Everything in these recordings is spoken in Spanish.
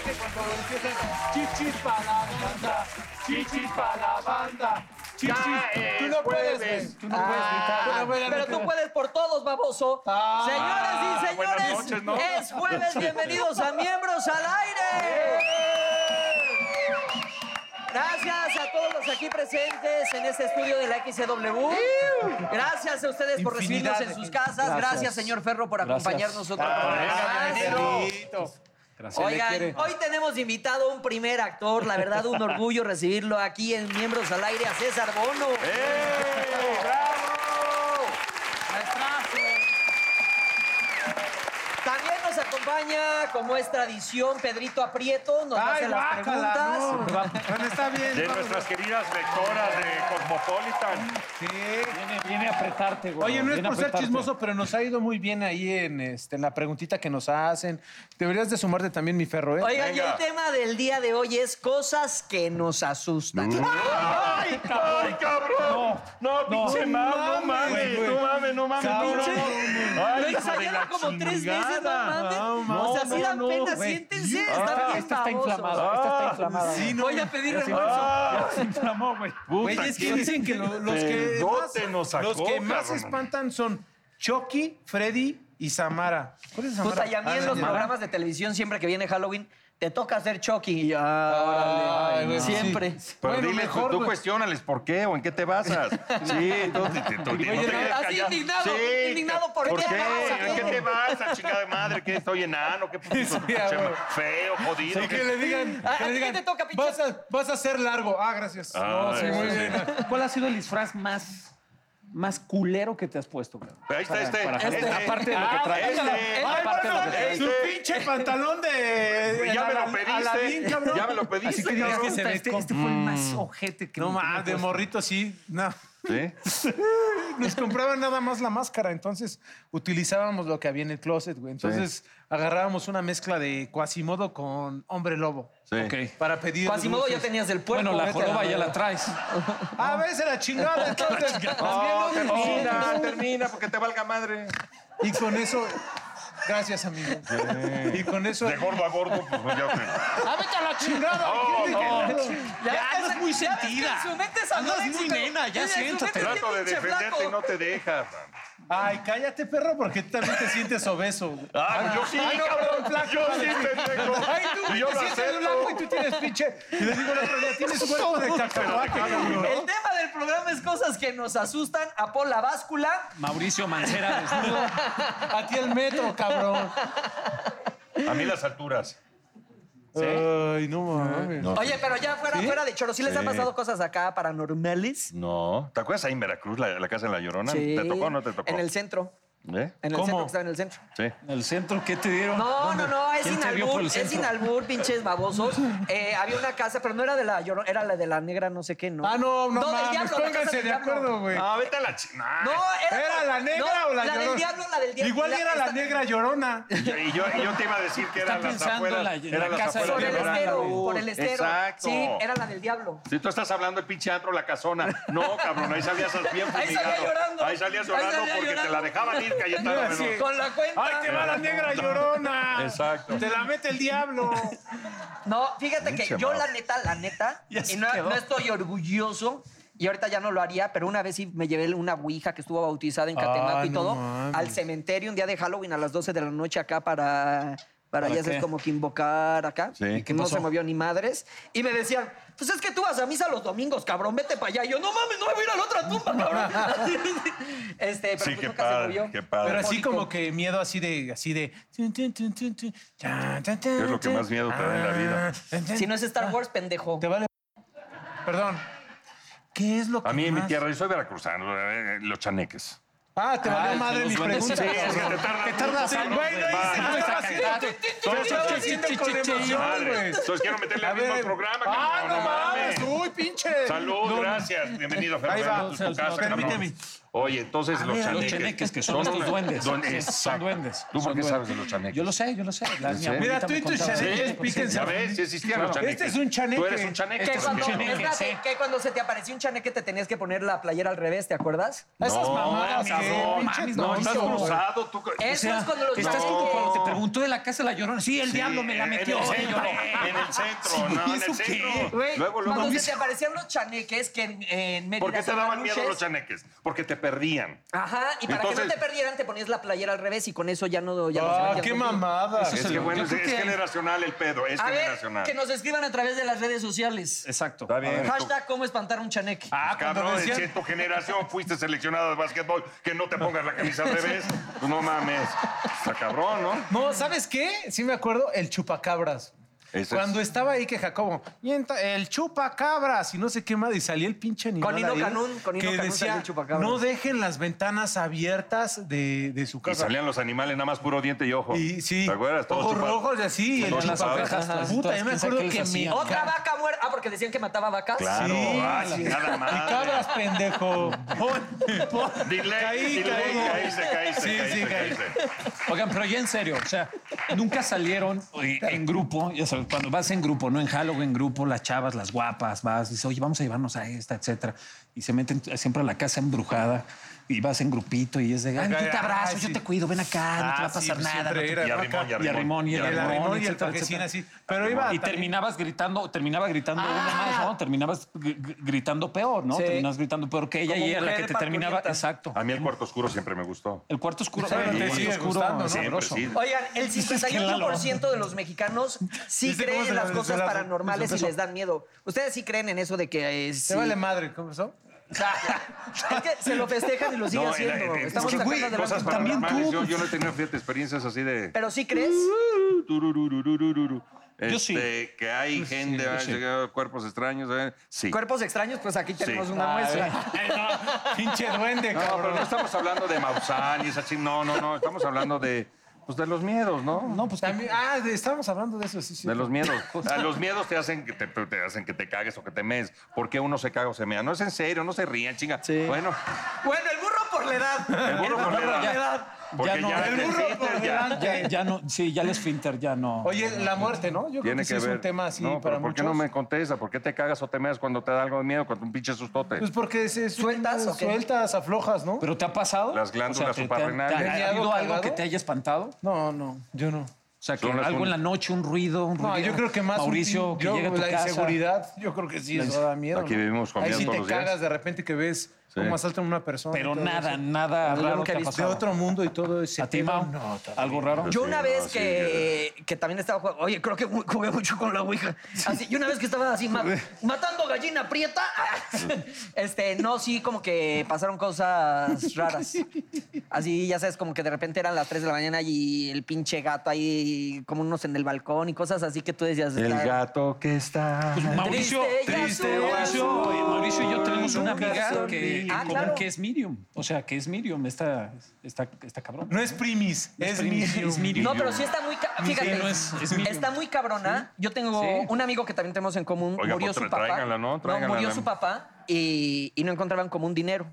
empieza chichis para la banda, chichis para la banda. Chichis, es tú no puedes, jueves. güey, tú no puedes gritar. Ah, Bueno, bueno, pero no- tú puedes por todos, baboso. Ah, Señoras y buenas señores, noches, ¿no? es jueves. Bienvenidos a Miembros al Aire. Gracias a todos los aquí presentes en este estudio de la XCW. Gracias a ustedes por Infinidad recibirnos de en sus gente. casas. Gracias, Gracias. señor Ferro, por Gracias. acompañarnos otro venga, ah, programa. bienvenido. Ferro. Se le quiere. Oigan, hoy tenemos invitado a un primer actor, la verdad un orgullo recibirlo aquí en Miembros al Aire, a César Bono. ¡Eh! ¡Bravo! También nos acompaña, como es tradición, Pedrito Aprieto, nos Ay, hace las guácala, no. preguntas. Bueno, está bien. De vamos. nuestras queridas lectoras de Cosmopolitan. Sí. Viene, viene a apretarte, güey. Oye, no es Viene a por ser apretarte. chismoso, pero nos ha ido muy bien ahí en, este, en la preguntita que nos hacen. Deberías de sumarte también, mi ferro, ¿eh? Oigan, y el Venga. tema del día de hoy es cosas que nos asustan. ¡Ay, ay, cabrón! No, no, pinche no mal, no mames, mames, güey. no mames, no mames, no, no, Pinche- no. Ay, Lo hijo de ensayaron la como tres chingada. veces, no mames. no, o sea, sí no, dan no, pena, güey. siéntense, Esta- Ah, está este bien Ah, Esta está babosos. inflamada, esta está inflamada. sí, güey. no, Voy a pedir reembolso. Ah, Se inflamó, güey. Güey, es que dicen que lo- los que Pedote más, nos sacó, los que más cabrón. espantan son Chucky, Freddy y Samara. ¿Cuál es Samara? Puta, y a mí Ah, en los ya. programas de televisión, siempre que viene Halloween, te toca hacer Chucky. Y ya, Ay, órale. güey, siempre. sí. Pero Bueno, diles, mejor, tú, tú güey. cuestionánles por qué o en qué te basas. Sí, entonces te, te, no te Oye, quedes así callado. indignado, indignado, ¿por qué qué? te basas? ¿En qué te basas, chingada madre? ¿Qué estoy enano? ¿Qué puto? Sí, a huevo. feo, jodido. Y ¿qué? que le digan, Ah, que ¿a le ti digan, qué te toca, pinche? vas a, vas a ser largo. Ah, gracias. Ah, no, sí, eso muy sí. bien. ¿Cuál ha sido el disfraz más, más culero que te has puesto, cabrón? Ahí está este. Este, este. aparte de lo que Ah, traes. este. Ay, Aparte de lo que guárdale, traes. su pinche pantalón de... Ya me Ala- lo pediste. Aladín, cabrón. Ya me lo pediste. Así que digas que cabrón. se ve este, este fue el más ojete que No me más, tenía de puesto. morrito sí. No. ¿Sí? Nos compraban nada más la máscara, entonces utilizábamos lo que había en el closet, güey. Entonces agarrábamos una mezcla de Quasimodo con Hombre Lobo Sí. Ok. para pedir. Quasimodo ya dulces. tenías del puerco. Bueno, la Vete a joroba ya la traes. Ah, ves a la chingada, entonces. No, más bien no termina, disfrutas. termina, porque te valga madre. Y con eso. Gracias, amigo. Y con eso. De gordo a gordo, pues ya sé. ¡Ah, vete a la chingada! ¿Quién no. dijo? Ya, andas muy sentida. Andas muy nena, ya siéntate. Trato de defenderte y no te dejas. Ay, cállate, perro, porque tú también te sientes obeso. güey. Ah, yo sí, Ay, no, cabrón, flaco, yo vale. sí, pendejo. Ay, tú Y yo te lo sientes blanco y acepto. tú tienes pinche. Y le digo el otro día, tienes cuerpo de cacahuate, cabrón. El tema del programa es cosas que nos asustan. A Paul la báscula. Mauricio Mancera desnudo. A ti el metro, cabrón. A mí las alturas. Ay, no mames. Oye, pero ya fuera, fuera de choro, ¿sí les han pasado cosas acá paranormales? No. ¿Te acuerdas ahí en Veracruz, la, la casa de la Llorona? Sí. ¿Te tocó o no te tocó? En el centro. ¿Eh? En el ¿Cómo? centro, que estaba en el centro. Sí. ¿En el centro qué te dieron? No, no, no, es ¿Quién sin te vio por albur, el es centro? sin albur, pinches babosos. Eh, había una casa, pero no era de la lloro- era la de la negra, no sé qué, ¿no? Ah, no, no del mames. diablo, la casa del Pónganse de diablo. acuerdo, güey. Ah, No, vete a la chingada. No, era, ¿Era la negra no, o la La del llorona? diablo, la del diablo. Igual era la esta- negra llorona. Y yo, y yo, y yo te iba a decir que Está era las pensando en afueras. la- en la era las casa de afueras Por de el Llorona, estero, güey. por el estero. Exacto. Sí, era la del diablo. Si tú estás hablando el pinche antro, la casona. No, cabrón, ahí salías bien Ahí salía fumigado. llorando. Ahí salías Ahí llorando salía porque llorando. te la dejaban ir, Cayetano. Mira, menos. sí. Con la cuenta. ¡Ay, te va la negra llorona! Exacto. Te la mete el diablo. No, fíjate que Pinche yo vago. la neta, la neta, Ya y se no, quedó. no estoy orgulloso, y ahorita ya no lo haría, pero una vez sí me llevé una ouija que estuvo bautizada en Catemaco Ah, y no todo, mames. al cementerio un día de Halloween a las 12 de la noche acá para... Para, ¿Para ya sabes, qué? como que invocar acá. Sí. Y ¿Y que qué no pasó? se movió ni madres. Y me decían, pues es que tú vas a misa los domingos, cabrón, vete para allá. Y yo, no mames, no me voy a ir a la otra tumba, cabrón. este, pero Sí, pues qué nunca se padre, movió. qué padre. Pero así Alcohólico. como que miedo así de... Así de ¿Qué es lo que más miedo te da en la vida? Si no es Star Wars, pendejo. Te vale... Perdón. ¿Qué es lo que A mí en mi más- tierra, yo soy veracruzano, eh, los chaneques. Ah, te valió Ay, madre los mi duendes. pregunta. Sí, es que cabrón. te tardas Te tardas mucho, en- güey, no cabrón. hice Va. nada, así, te- te estaba haciendo con emoción, Madre. güey. Entonces quiero meterle A al mismo ver. al programa, cabrón. Ah, no mames. mames. Uy, pinche. Salud, No, gracias. Bienvenido, Fernando, va. a tu casa, Permíteme. cabrón. Oye, entonces los chaneques. Los cheneques, que son estos una- duendes. duendes, Sí, son exacto. duendes. ¿Tú Son por qué duendes. sabes de los chaneques? Yo lo sé, yo lo sé. La- mi serio? abuelita Mira, tú me y tus contaba. chaneques, Sí, píquense. Ya ves, pues sí existían los Claro. chaneques. Este es un chaneque. Tú eres un chaneque. Este Que es Ramiro. cuando, un chaneque, espérate, sí. que cuando se te aparecía un chaneque te tenías que poner la playera al revés, ¿te acuerdas? Esas No, mamadas, cabrón, ¿qué? mames, Pinches No, estás tontos. cruzado. Tú... Eso es cuando los Estás No. como cuando te preguntó de la casa de la llorona. Sí, el Sí, diablo me la en el metió. centro, yo no. En el centro, Sí, no, en ¿eso el qué? centro. Güey, Luego, luego. cuando se te aparecían los chaneques que en, en Mérida ¿Por qué te son daban miedo peluches. los chaneques? Porque te perdían. Ajá, y para que no Entonces- te perdieran te ponías la playera al revés y con eso ya no... Ya no se Ah, metían qué contigo. mamada. Eso Es se que lo- bueno, yo es, creo es que- generacional el pedo, es A ver, generacional. que nos escriban a través de las redes sociales. Exacto. Está bien. Hashtag cómo espantar un chaneque. Ah, cuando Pues, Cabrón, decían- si en tu generación fuiste seleccionado de básquetbol, que no te pongas la camisa al revés, pues no mames. Está cabrón, ¿no? No, ¿sabes qué? Sí me acuerdo, el chupacabras. Ese es. Cuando estaba ahí que Jacobo, y enta- el chupacabras y no sé qué más, y salía el pinche animal Con Nino ahí, Canún, con Nino que Canún decía, salía el chupacabras. no dejen las ventanas abiertas de, de su Y casa. salían los animales nada más puro diente y ojo. Y sí, ¿Te acuerdas? Todos ojos chupados. rojos y así, y el Todos Tenían las chupados. orejas todas- Puta, todas, yo me quién sabe acuerdo qué les que mi... hacían. Otra vaca muerta. Ah, porque decían que mataba vacas. Claro, ah, Sí, ay, sí. nada más. Y cabras, pendejo. Pon- pon- Dile, Caí, dile, caí. caíste, caíste, Sí, sí, caíste, caí. caíste. Oigan, pero ya en serio, o sea, nunca salieron eh, en grupo, ya sabes, cuando vas en grupo, ¿no? En Halloween, en grupo, las chavas, las guapas, vas, dices, oye, vamos a llevarnos a esta, etcétera. Y se meten siempre a la casa embrujada y vas en grupito y es de, ay, Acá, yo te abrazo, ah, ay, yo sí. te cuido, ven acá, no te va Ah, a sí, pasar pues, nada. siempre no te- era Y a vaca. Rimón, y a Y a Rimón, y a El Rimón, arrimón y el etcétera, toquecín etcétera. así. Pero iba... Y terminabas gritando, terminaba gritando una Ah. más, ¿no? Terminabas gr- gr- gritando peor, ¿no? Sí. Terminabas gritando peor que ella Como y ella la mujer que te parturienta. terminaba. Exacto. A mí el cuarto oscuro siempre me gustó. El cuarto oscuro. Claro, el te cuarto sigue oscuro gustando, ¿no? es Siempre, sabroso. sí. Oigan, el Es que Lalo. 58% de los mexicanos sí ¿Viste cómo creen se en la- las se cosas la- paranormales se y empezó? les dan miedo. ¿Ustedes sí creen en eso de que eh, sí? Te vale madre, ¿cómo eso? es que se lo festejan y lo siguen No, en- en- haciendo. en- Estamos es sacando que, güey, adelante. cosas También tú, paranormales. Yo, pues. yo no he tenido fíjate, experiencias así de. Pero sí crees. tururururururu. Yo sí. Este, Que hay gente, yo ha sí. llegado cuerpos extraños. ¿eh? Sí. Cuerpos extraños, pues aquí tenemos una Ah, eh. muestra. Pinche duende, No, pero cabrón. no estamos hablando de Maussan y esa chi- No, no, no. Estamos hablando de, pues, de los miedos, ¿no? No, pues También- ah, de- estábamos hablando de eso, sí, sí. De los miedos. A los miedos te hacen que te, te hacen que te cagues o que te mees. ¿Por qué uno se caga o se mea? No es en serio, no se rían, chinga. Bueno, Bueno, el burro por la edad. el burro por la edad. Porque Ya no, ya el te burro sientes por ya. delante. ya, ya no, sí, ya el esfínter ya no. Oye, la muerte, ¿no? Yo creo Tiene que, que, sí ver. es un tema así no, para pero ¿por qué muchos. no me contesta? ¿Por qué te cagas o te meas cuando te da algo de miedo, cuando un pinche sustote? Pues porque se ¿Sueltas o qué? Sueltas, aflojas, ¿no? ¿Pero te ha pasado? Las glándulas ¿te- te- suprarrenales. ¿te ha- ¿Ha ¿Cagado, habido algo cagado? que te haya espantado? O No, no, yo no. sea, que Son las algo en la únicas. noche, un ruido, un ruido. No, yo creo que más. un Mauricio, pin- que yo- llega a tu La casa. inseguridad, yo creo que sí, eso da miedo. Aquí ¿no? vivimos con Ahí miedo sí todos te los días. cagas de repente que ves cómo asaltan a una persona. y Pero todo nada, eso. nada Algo raro que te ha viste pasado. De otro mundo y todo ese. ¿A ti, pedo, Mau? No, también. ¿Algo raro? Yo una Sí, vez no, sí, que, que también estaba jugando, oye, creo que ju- jugué mucho con la Ouija. Así, y una vez que estaba así ma- matando gallina prieta, este, no, sí, como que pasaron cosas raras. Así, ya sabes, como que de repente eran las 3 de la mañana y el pinche gato ahí, como unos en el balcón y cosas así que tú decías. El "Está- gato que está. Pues Mauricio, Triste y azul. Mauricio, oye, Mauricio y yo tenemos una Nunca se amiga que, en olvida. Ah, común claro. que es medium. O sea, que es medium, esta, esta, esta cabrón. No es primis, es prim- es medium. medium. No, pero sí está muy. ca- Fíjate, no es- es medium. está muy cabrona. Yo tengo Sí. un amigo que también tenemos en común. Oiga, murió pues, su tra- papá. tráiganla, ¿no? Tráiganla, murió la- su papá y, y no encontraban como un dinero.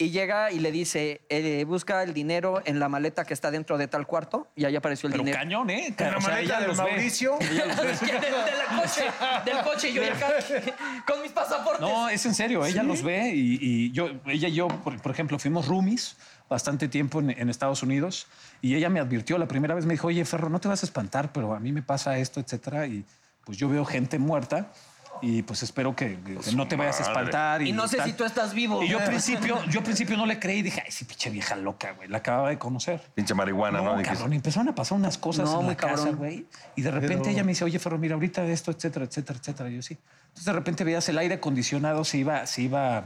Y llega y le dice: eh, busca el dinero en la maleta que está dentro de tal cuarto. Y ahí apareció el Pero dinero. cañón, ¿eh? En la O sea, maleta ella de los ve. Mauricio. Es que de- del coche, del coche, yo ya acá, con mis pasaportes. No, es en serio, ella los ve y, y yo, ella y yo, por, por ejemplo, fuimos roomies bastante tiempo en, en Estados Unidos y ella me advirtió, la primera vez me dijo, oye, Ferro, no te vas a espantar, pero a mí me pasa esto, etcétera, y pues yo veo gente muerta y pues espero que, que no te vayas a madre. espantar. Y, y no sé tal". si tú estás vivo. Y yo al principio, yo al principio no le creí y dije, ay, sí, pinche vieja loca, güey, la acababa de conocer. Pinche marihuana, ¿no? No, Dijiste. cabrón, empezaron a pasar unas cosas No, en muy la casa, cabrón. güey. Y de repente ella me dice, oye, Ferro, mira, ahorita esto, etcétera, etcétera, etcétera. Y yo sí. Entonces de repente veías el aire acondicionado, se iba, se iba,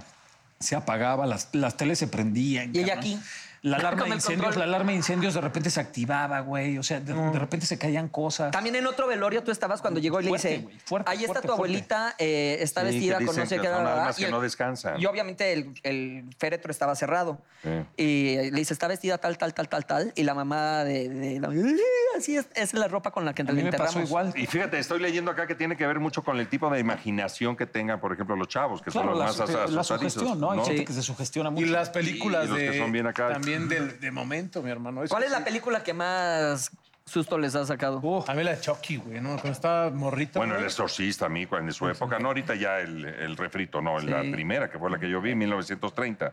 se apagaba, las, las teles se prendían. Y ella cabrón. aquí. La alarma Con de el incendios, la control. alarma de incendios de repente se activaba, güey. O sea, de, de repente se caían cosas. También en otro velorio tú estabas cuando llegó y le Fuerte, dice, güey, fuerte, ahí está fuerte, tu fuerte". abuelita, eh, está Sí, que vestida con no dicen sé que qué. son bla, bla, almas bla", que y no el- descansan. Y obviamente el, el féretro estaba cerrado. Sí. Y le dice, está vestida tal, tal, tal, tal, tal. Y la mamá de... de la- "Uy, así es, esa es la ropa con la que A nos mí me enterramos. pasó igual. Y fíjate, estoy leyendo acá que tiene que ver mucho con el tipo de imaginación que tengan, por ejemplo, los chavos, que Claro, son la, eh, los más la, as- asustadizos, sugestión, ¿no? Hay ¿no? gente que se sugestiona Y mucho. las películas Y los de, que son bien acá. también del- de, momento, mi hermano. Eso ¿Cuál es sí. la película que más susto les ha sacado? Uh, a mí la de Chucky, güey, ¿no? Cuando estaba morrito. Bueno, el güey. exorcista, a mí, cuando- en su época, no ahorita ya el, el refrito, no, la primera, que fue la que yo vi, 1930,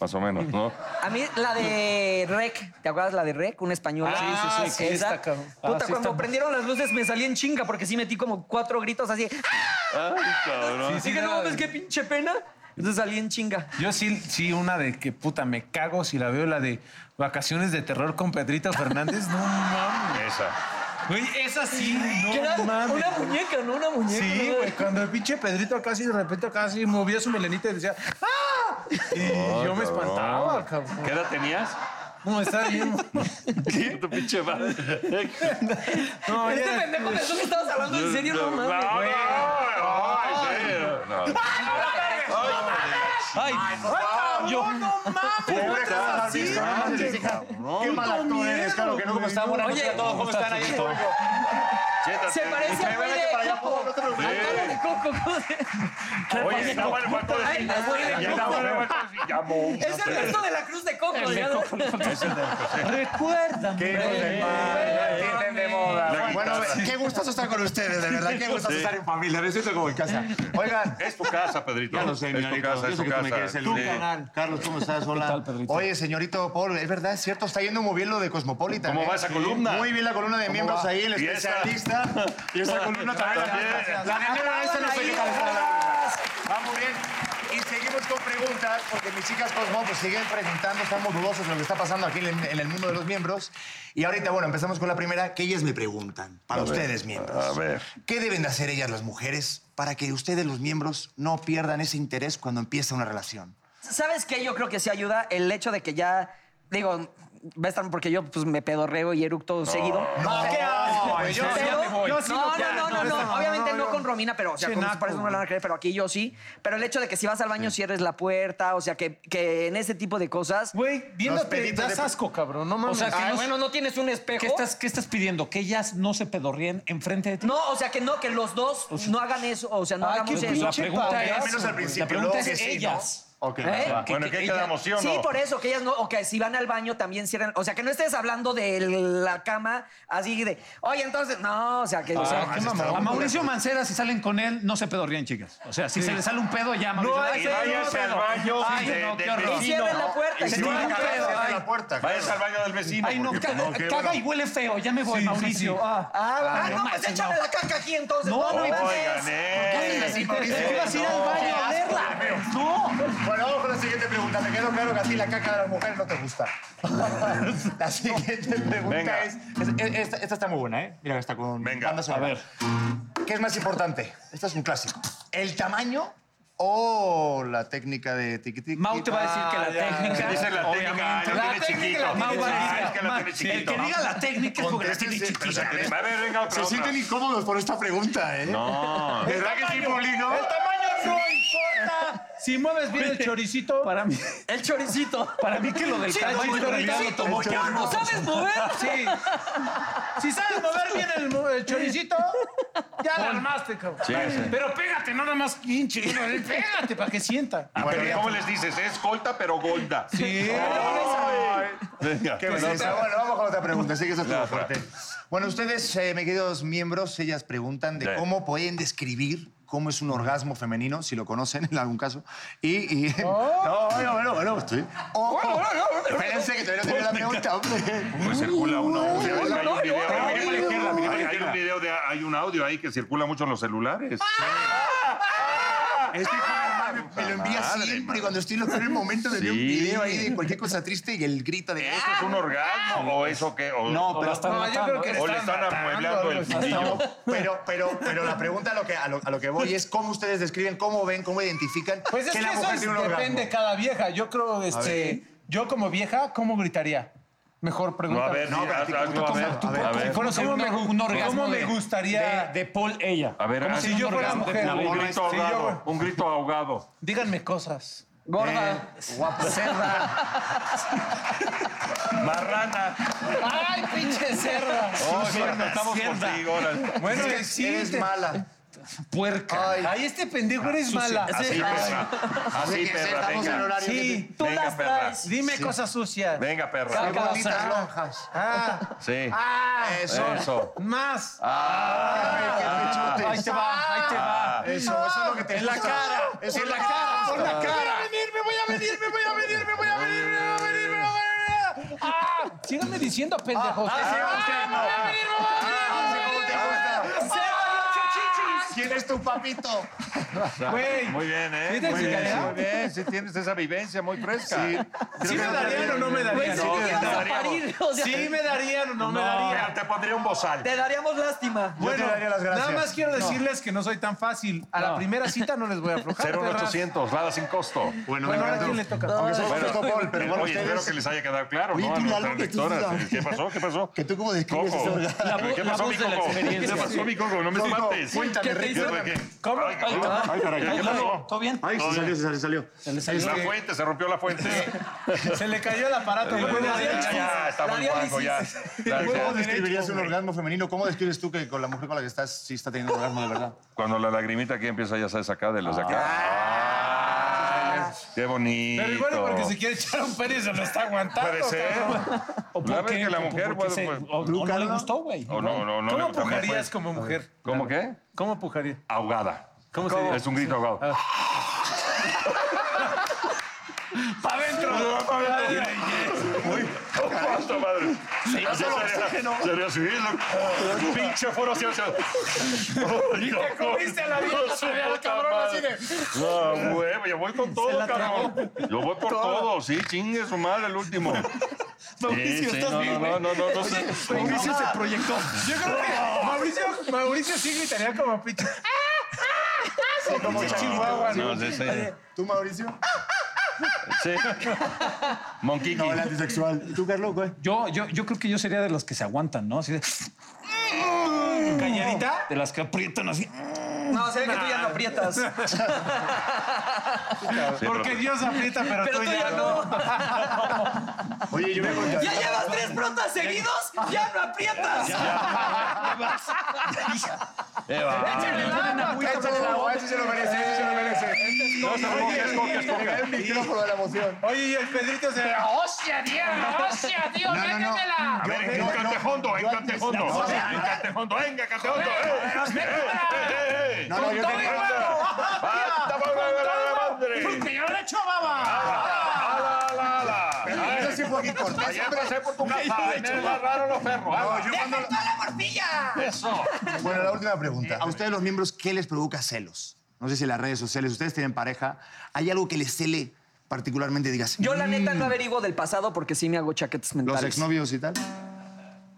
más o menos, ¿no? A mí la de Rec, ¿te acuerdas la de Rec? Una española. Ah, sí, sí, sí, Esa. está, cabrón. Puta, Ah, sí cuando está. prendieron las luces me salí en chinga porque sí metí como cuatro gritos así. Sí, sí, Dije, no nada. mames, qué pinche pena. Entonces salí en chinga. Yo sí, sí, una de que puta, me cago si la veo, la de Vacaciones de Terror con Pedrita Fernández. No mames. Esa. Güey, esa sí, no que era mames. una muñeca, ¿no? Una muñeca. Sí, ¿no? güey, cuando el pinche Pedrito acá así de repente acá así movía su melenita y decía ¡Ah! Y Oh, yo me espantaba, cabrón. ¿Qué edad tenías? No, está bien. Sí, tu pinche madre. No, Este ya- pendejo pensó que estabas hablando en serio, no mames. No, güey. no, ay, sí, no. ¡Ay! yo, Pobre Carlos, cabrón. Qué mal actor eres, claro que no. ¿Cómo están? Buenas noches a todos. ¿Cómo están ahí? Siéntate. Se parece a güey vaya de para allá, Coco. por favor, no te Al toro de Coco. ¿cómo se- Oye, no, bueno, faltó Ay, decir. la güey de Ya, no, Coco. bueno, faltó decir, ya, mo. Es el resto de la cruz de Coco. ya no- Qué hijos de Tienen de madre. La Bueno, guitarra. qué gustoso estar con ustedes, de verdad. Qué gustoso estar en familia. Me siento como en casa. Oigan, Es tu casa, Pedrito. Ya lo sé, es tu señorito. casa, Yo es sé tu que tú me casa. quieres el Sí. canal. Carlos, ¿cómo estás? Hola. tal, Pedrito? Oye, señorito Paul, es verdad, es cierto, está yendo muy bien lo de Cosmopolitan. ¿Cómo ¿eh? va esa columna? Muy bien la columna de miembros va? ahí, el ¿Y esa? especialista. Y esa columna también. También. La la primera vez no sé qué tal está la- Va muy bien. Y seguimos con preguntas, porque mis chicas Cosmo pues, siguen preguntando, estamos dudosos de lo que está pasando aquí en el, en el mundo de los miembros. Y ahorita, bueno, empezamos con la primera, que ellas me preguntan, para A ver, ustedes miembros. a ver. ¿Qué deben de hacer ellas las mujeres para que ustedes los miembros no pierdan ese interés cuando empieza una relación? ¿Sabes qué? Yo creo que sí ayuda el hecho de que ya, digo, va a estar porque yo pues me pedorreo y eructo seguido. No, ¿qué haces, güey? Yo sí Pero- ya me voy. no, Yo sí lo- no, ya, no, no, no, no, no, Obviamente no, no yo- con Romina, pero o sea, Sí, con sus naco, parejas no me lo van a creer, pero aquí yo sí. Pero el hecho de que si vas al baño cierres la puerta, o sea, que, que en ese tipo de cosas. Güey, viéndote, peditos de- das asco, cabrón. No mames. o sea, que Ay, no- bueno, no tienes un espejo. ¿qué, estás, ¿qué estás pidiendo? ¿Que ellas no se pedorríen enfrente de ti? No, o sea, que no, que los dos no hagan eso, o sea, no Ay, hagamos eso. qué la pinche pregunta payaso, es, menos al la principio, pregunta luego es que sí, ¿no? ellas. Ok, ¿Eh? va. Bueno, que- ¿qué que quedamos, ella- sí o no? Sí, por eso, que ellas no, o que si van al baño también cierran, o sea, que no estés hablando de la cama así de, oye, entonces, no, o sea, que... o sea, Ah, a Mauricio Mancera, si salen con él, no se pedorrían, chicas. O sea, si se le sale un pedo, ya, Mauricio. Y vayas al baño Ay, de- no, de- qué horror. y cierren la puerta. Y y si Sí, van a cierren la no, puerta. pero, cagar, cierra ay. la puerta. Vayas al baño del vecino. Ay, no, porque- caga, no, qué caga bueno. y huele feo. Ya me voy, Mauricio. Ah. Ah, ah, no, no pues manches, échale no. la caca aquí entonces. No, No, no, no, manches. Oigan, eh. ¿Qué vas a ir al baño a verla? No. Bueno, vamos con la siguiente pregunta. Me quedó claro que a ti la caca de las mujeres no te gusta. la siguiente pregunta Venga. es... es- es- esta, esta está muy buena, ¿eh? Mira, está con Venga, banda sonora. a ver. ¿Qué es más importante? Esta es un clásico. ¿El tamaño o la técnica de tiquitiqui? Mau te va a decir que la técnica. Dice la técnica, obviamente. ay, lo tiene chiquito. Mau va a Ay, decir es que lo tiene chiquito. El Ah, que diga la técnica es Ah, porque la tiene Contéstense, pero chiquita. A ver, venga, otra, Se otra. sienten incómodos por esta pregunta, ¿eh? No. ¿Verdad que sí, Paulino? El tamaño no importa. Si mueves bien el choricito. Para mí, El choricito. para mí que lo del Sí, tamaño el en realidad lo choricito, tomó ya ya. no sabes mover. Sí. Si sabes mover bien el, mo- el choricito, ya la armaste, cabrón. Pero pégate, nada más pinche. Pégate para que sienta. Pero, ¿Cómo les dices? Es colta, pero golda. Sí. Venga. Qué belleza. Bueno, vamos con otra pregunta, sí que eso estuvo fuerte. Bueno, ustedes, eh, mis queridos miembros, ellas preguntan de Sí. cómo pueden describir cómo es un orgasmo femenino, si lo conocen en algún caso. Y. y- Oh. No, bueno, bueno, bueno. estoy- Oh, oh. Espérense que todavía no tengo la pregunta, hombre. Pues circula uno. o sea, es que hay un video- no, hay- no, no, no, hay- Hay no. un video de. Hay un audio ahí que circula mucho en los celulares. Este hijo de madre me lo envía Madre, siempre madre. cuando estoy en los peores momentos de ver un Sí. video ahí de cualquier cosa triste y el grito de. ¿Eso es un orgasmo o eso qué? O- No, pero hasta No, yo creo que ¿eh? O le están matando, amueblando el algo así. fundillo. Pero, pero, pero la pregunta a lo, que, a, lo, a lo que voy es cómo ustedes describen, cómo ven, cómo identifican Pues es que, la eso mujer es- tiene un orgasmo. depende de cada vieja. Yo creo, este, Yo como vieja, ¿cómo gritaría? Mejor No, pregunta. a ver, sí, haz- hazlo, a ver, a ver, a ver. Bueno, ¿cómo me, Un orgasmo ¿cómo me de- gustaría? De Paul, eh. ella. A ver, haz si yo un fuera orgasmo. mujer. Un grito Sí, yo- ahogado. Un grito ahogado. Díganme cosas. Eh, Gorda. Guapocerda. Marrana. ¡Ay, pinche cerda! Oye, estamos contigo. ahora. Bueno, Es que sí, eres te- mala. Puerca. Ay, Ay, este pendejo eres mala. ah, Así, perra. así Así, que perra, estamos en venga. horario. Sí, Tú Venga, las perra. traes. dime cosas sucias. Venga, Qué perra. bonitas lonjas. Ah, Sí. ah, Eso. Eso. más. Ah, qué ahí pechutes. te va, ahí te va. Eso, eso es lo que te En la gusta. cara, Eso en es la lo que te cara, gusta. por la cara. Me voy a venir, me voy a venir, me voy a venir, me voy a venir, me voy a venir, me voy a venir. Ah, síganme diciendo pendejos. ah, Ah, sí, ¿cómo te gusta? ¿Quién es tu papito? Güey. Muy bien, ¿eh? ¿Viste Muy si bien, cayó? muy bien. Sí, tienes esa vivencia muy fresca. Sí. ¿Sí me darían o no me Güey, darían? sí No, te te ibas a daríamos. parir. o sea, Sí me darían o no me darían. Pero te pondría un bozal. Te daríamos lástima. Bueno, daría las gracias. nada más quiero decirles que no soy tan fácil. A la primera cita no les voy a aflojar. perras. 01800, lada sin costo. eh, Bueno, Bueno, ahora quién le toca. Aunque sea un poco Paul, pero bueno, Oye, espero que ustedes... les haya quedado claro, Oye, ¿no? tú, A nuestras Lalo, que tú lectoras. sí sabes. ¿Qué pasó? ¿Qué pasó? Que tú cómo describes Coco. ese orgasmo. ¿Qué pasó, mi Coco? ¿Qué pasó, mi Coco? No me Coco, espantes. cuéntame, ¿Qué- Rick. qué- qué- ¿Cómo? Ay, cabrón. Ay, caray. ¿Qué pasó? ¿Todo bien? Ay, se salió, se salió, se salió. La fuente, se rompió la fuente. Este, Se le cayó el aparato. y luego Ya, ya, ya, está muy guapo ya. ¿Cómo Gracias. describirías un orgasmo femenino? ¿Cómo describes tú que con la mujer con la que estás sí está teniendo un orgasmo de verdad? Cuando la lagrimita aquí empieza, ya sabes, acá de los de acá. Ah, Qué bonito. Pero igual es porque se quiere echar un pene y se lo está aguantando. Puede ser. ¿O Ya ves que la ¿O mujer, porque bueno, se- pues, o- o no le gustó, güey. O no, no, no. ¿Cómo también fue- pujarías como mujer? ¿Cómo qué? ¿Cómo pujarías? Ahogada. ¿Cómo sería? Es un grito ahogado. ¡Pa' adentro! Uy, ¿cuánto, madre? Sí, ya solo sería- oxígeno. Sería subir. lo- Pinche foro hacia hacia- Ay, no, comiste a la vieja, no, su puta madre. No, huevo, yo voy con todo, cabrón. Yo voy por todo, sí, chingue su madre el último. Mauricio, estás no, bien, No, no, no, no. sé. Mauricio se proyectó. Yo creo que Mauricio, Mauricio sí gritaría como pinche. No, Como no, sí, sí. ¿Tú, Mauricio? Sí. Monquiqui. No, el antisexual. ¿Y tú, Carlos, güey? Yo, yo, yo creo que yo sería de los que se aguantan, ¿no? Así de, ¿Cañadita? de las que aprietan así. No, se ve que tú ya no aprietas. Sí, Porque pero- Dios aprieta, pero, Pero tú ya no. Oye, yo me contaría... Ya llevas tres prontas seguidos, ya no aprietas. Eh, va. Échale la agua, ese se lo merece, ese se lo merece. No se ponga, es coca, es Le coca. cae el micrófono de la emoción. Oye, y el Pedrito se. ¡Hostia, tío! ¡Hostia, tío! no, no. ¡Métemela! A ver, en no, Cantejondo, en yo antes- Cantejondo. no, En Cantejondo, venga, Cantejondo. ¡Eh, eh, eh, eh! No, no, yo tengo... ¡Basta, madre de la madre! Ah, ¡Que yo le echo baba! ¡Ala, ala, ala! Eso sí fue aquí cortado. Ayer pasé por tu casa, en el barraro los perros. No, ala. yo cuando... Eso. Bueno, la última pregunta. A ustedes los miembros, ¿qué les provoca celos? No sé si en las redes sociales, ustedes tienen pareja, ¿hay algo que les cele particularmente? Digas, Yo la neta no averiguo del pasado porque sí me hago chaquetes los mentales. exnovios y tal. No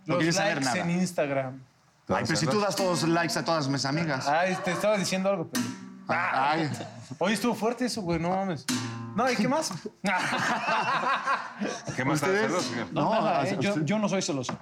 Los quieres saber likes nada. en Instagram. Ay, pero si tú das todos likes a todas mis amigas. Ay, te estaba diciendo algo, pero. Ay, Oye, estuvo fuerte eso, güey, no mames. No, ¿y qué más? ¿Qué más ustedes. celos? No, ah, Nada, ¿eh? a- yo, usted- yo no soy celoso.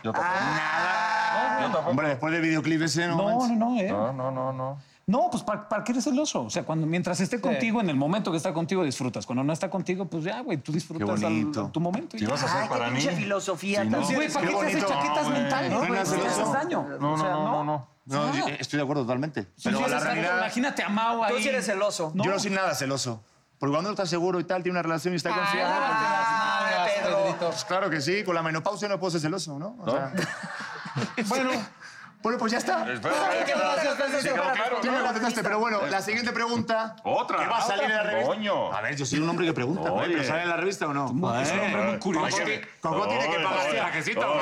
Hombre, después del videoclip ese, no. No, manches. no, no, ¿eh? No, no, no, no. No, pues ¿para, para qué eres celoso? O sea, cuando mientras esté contigo, en el momento que está contigo, disfrutas. Cuando no está contigo, pues ya, güey, tú disfrutas al- bonito. tu momento. y Si ya. vas a Ay, hacer qué para mí. pinche filosofía tan Pues, güey, ¿para Qué qué te haces bonito, chaquetas güey. mentales, No, güey? no, Si te no. haces daño. No, O sea, no, no, no. No, yo- estoy de acuerdo totalmente. Pero Sí, la o sea, realidad. Imagínate a Mao ahí. Tú sí eres celoso. Yo no soy nada celoso. Porque cuando uno está seguro y tal, tiene una relación y está confiado. Ah, Pedro. Pues claro que sí, con la menopausia no puedo ser celoso, ¿no? O sea, Bueno, bueno, pues ya está. Espera, ¿Qué no espera, te contestas? Sí, quedó claro, Tú me ¿no? contestaste, pero bueno, la siguiente pregunta. Otra. ¿Qué va a salir en la revista? Coño. A ver, yo soy un hombre que pregunta, güey, Oye. ¿pero sale en la revista o no? Muy curioso. Coco tiene que pagar el trajecito,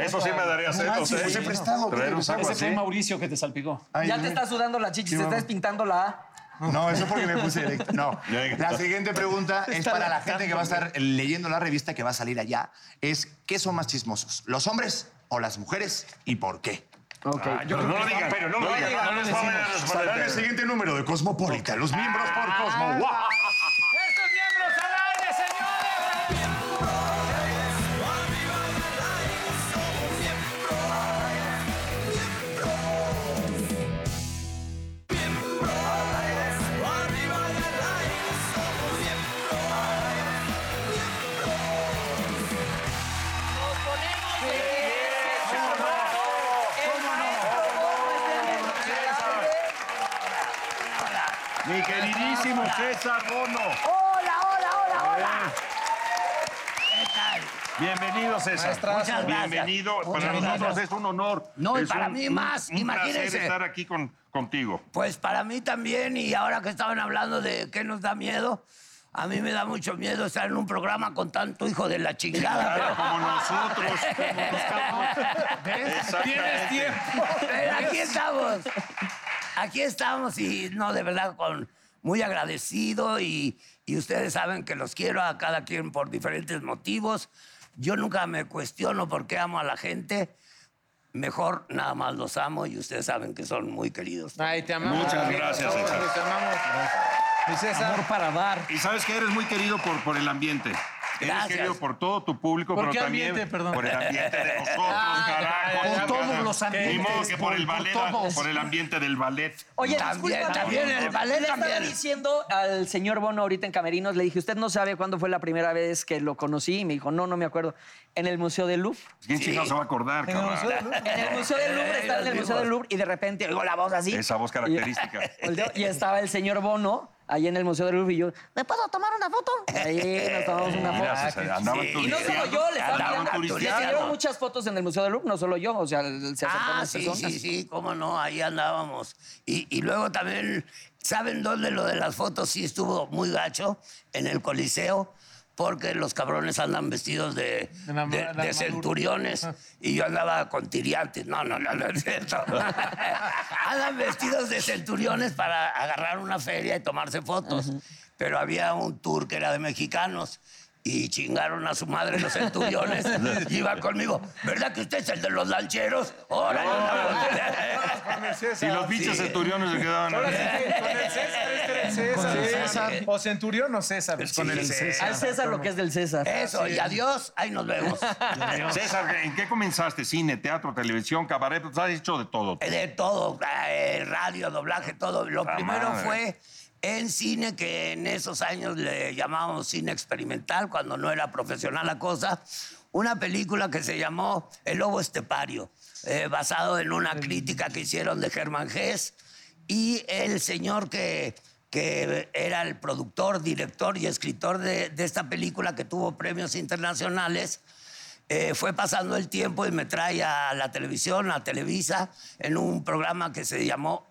Eso sí me daría celos. manches, ¿eh? ese prestado, ¿qué Traer te un pasa? saco Ese así. fue Mauricio que te salpicó. Ay, Ya Dios te mío. estás sudando la chichis, te estás pintando la A. No, eso porque me puse erecto. No. Venga. La siguiente pregunta es para la gente que va a estar leyendo la revista que va a salir allá. Es, ¿qué son más chismosos? ¿Los hombres o las mujeres? ¿Y por qué? Ah, yo- No lo digan, pero no lo digan. No les va a ver a Saldrá en el responder. siguiente número de Cosmopolita, los miembros por Cosmo. ¡Guau! ¡Estos miembros al aire, señor! Mi queridísimo César Bono. Hola, hola, hola, hola. Bienvenido, César. Maestrazo. Muchas gracias. Bienvenido. Muchas para nosotros gracias. es un honor. No, y Es para un- mí más, un placer imagínense. estar aquí con, contigo. Pues para mí también, y ahora que estaban hablando de qué nos da miedo, a mí me da mucho miedo estar en un programa con tanto hijo de la Claro, chingada. como nosotros. como nosotros. Exactamente. Pero, pero aquí estamos. Aquí estamos y no, de verdad, con muy agradecido y, y ustedes saben que los quiero a cada quien por diferentes motivos. Yo nunca me cuestiono por qué amo a la gente. Mejor nada más los amo y ustedes saben que son muy queridos. Ay, te amamos. Muchas gracias, Te amamos, César. Te amamos. Mi César. Amor para dar. Y sabes que eres muy querido por, por el ambiente. Eres Gracias. querido por todo tu público, ¿Por pero qué también ambiente, perdón? por el ambiente de nosotros, Ah, carajo. ya, ya, carajo. ya. Por todos los Ni ambientes, modo que por por- el por ballet, todos. por el ambiente del ballet. Oye, También, disculpa, también, el ballet le estaba también. diciendo al señor Bono ahorita en Camerinos, le dije, usted no sabe cuándo fue la primera vez que lo conocí, y me dijo, no, no me acuerdo, en el Museo del Louvre. ¿Quién chingado se va a acordar, cabrón? En el Museo del Louvre, estaba en el Museo del Louvre, y de repente oigo la voz así. Esa voz característica. Volteo, Y estaba el señor Bono ahí en el Museo del Louvre y yo, ¿me puedo tomar una foto? Y Ahí nos tomamos una foto. Mira, César, andaban sí. Y no solo turisteando, yo, le estaban andaban mirando. Le turisteando. salieron muchas fotos en el Museo del Louvre, no solo yo, o sea, el- se acercaron Ah, más sí, personas. sí, sí, cómo no, ahí andábamos. Y, y luego también, ¿saben dónde lo de las fotos sí estuvo muy gacho? En el Coliseo, porque los cabrones andan vestidos de, De la- de- la de armadura. centuriones y yo andaba con tiriantes. No, no, no, no es cierto. andan vestidos de centuriones para agarrar una feria y tomarse fotos. Pero había un tour que era de mexicanos. Y chingaron a su madre los centuriones. y iban conmigo. ¿Verdad que usted es el de los lancheros? ¡Órale! una foto". Con el Y César. los bichos centuriones se quedaban. Ahora sí que con el César, este era el César. César. O Centurión o César. con el César. Al César lo que es del César. Eso, y adiós, ahí nos vemos. César, ¿en qué comenzaste? Cine, teatro, televisión, cabaret, pues has hecho de todo. De todo, eh, radio, doblaje, todo. Lo La primero madre. fue en cine, que en esos años le llamábamos cine experimental, cuando no era profesional la cosa, una película que se llamó El Lobo Estepario, eh, basado en una crítica que hicieron de Germán Gess y el señor que que era el productor, director y escritor de, de esta película que tuvo premios internacionales, Eh, fue pasando el tiempo y me trae a la televisión, a Televisa, en un programa que se llamó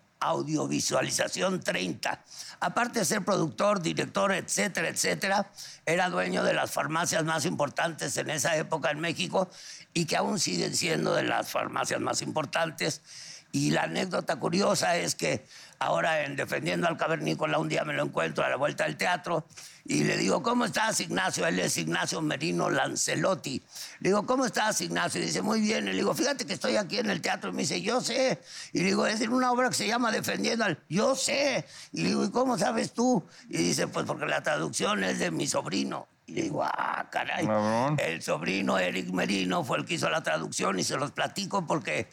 Audiovisualización 30. Aparte de ser productor, director, etcétera, etcétera, era dueño de las farmacias más importantes en esa época en México y que aún siguen siendo de las farmacias más importantes. Y la anécdota curiosa es que ahora en Defendiendo al Cavernícola un día me lo encuentro a la vuelta del teatro y le digo, ¿cómo estás Ignacio? Él es Ignacio Merino Lancelotti. Le digo, ¿cómo estás Ignacio? Y dice, muy bien. Y le digo, fíjate que estoy aquí en el teatro. Y me dice, yo sé. Y le digo, es en una obra que se llama Defendiendo al... Yo sé. Y le digo, ¿y cómo sabes tú? Y dice, pues porque la traducción es de mi sobrino. Y le digo, ah, caray. Cabrón. El sobrino Eric Merino fue el que hizo la traducción y se los platico porque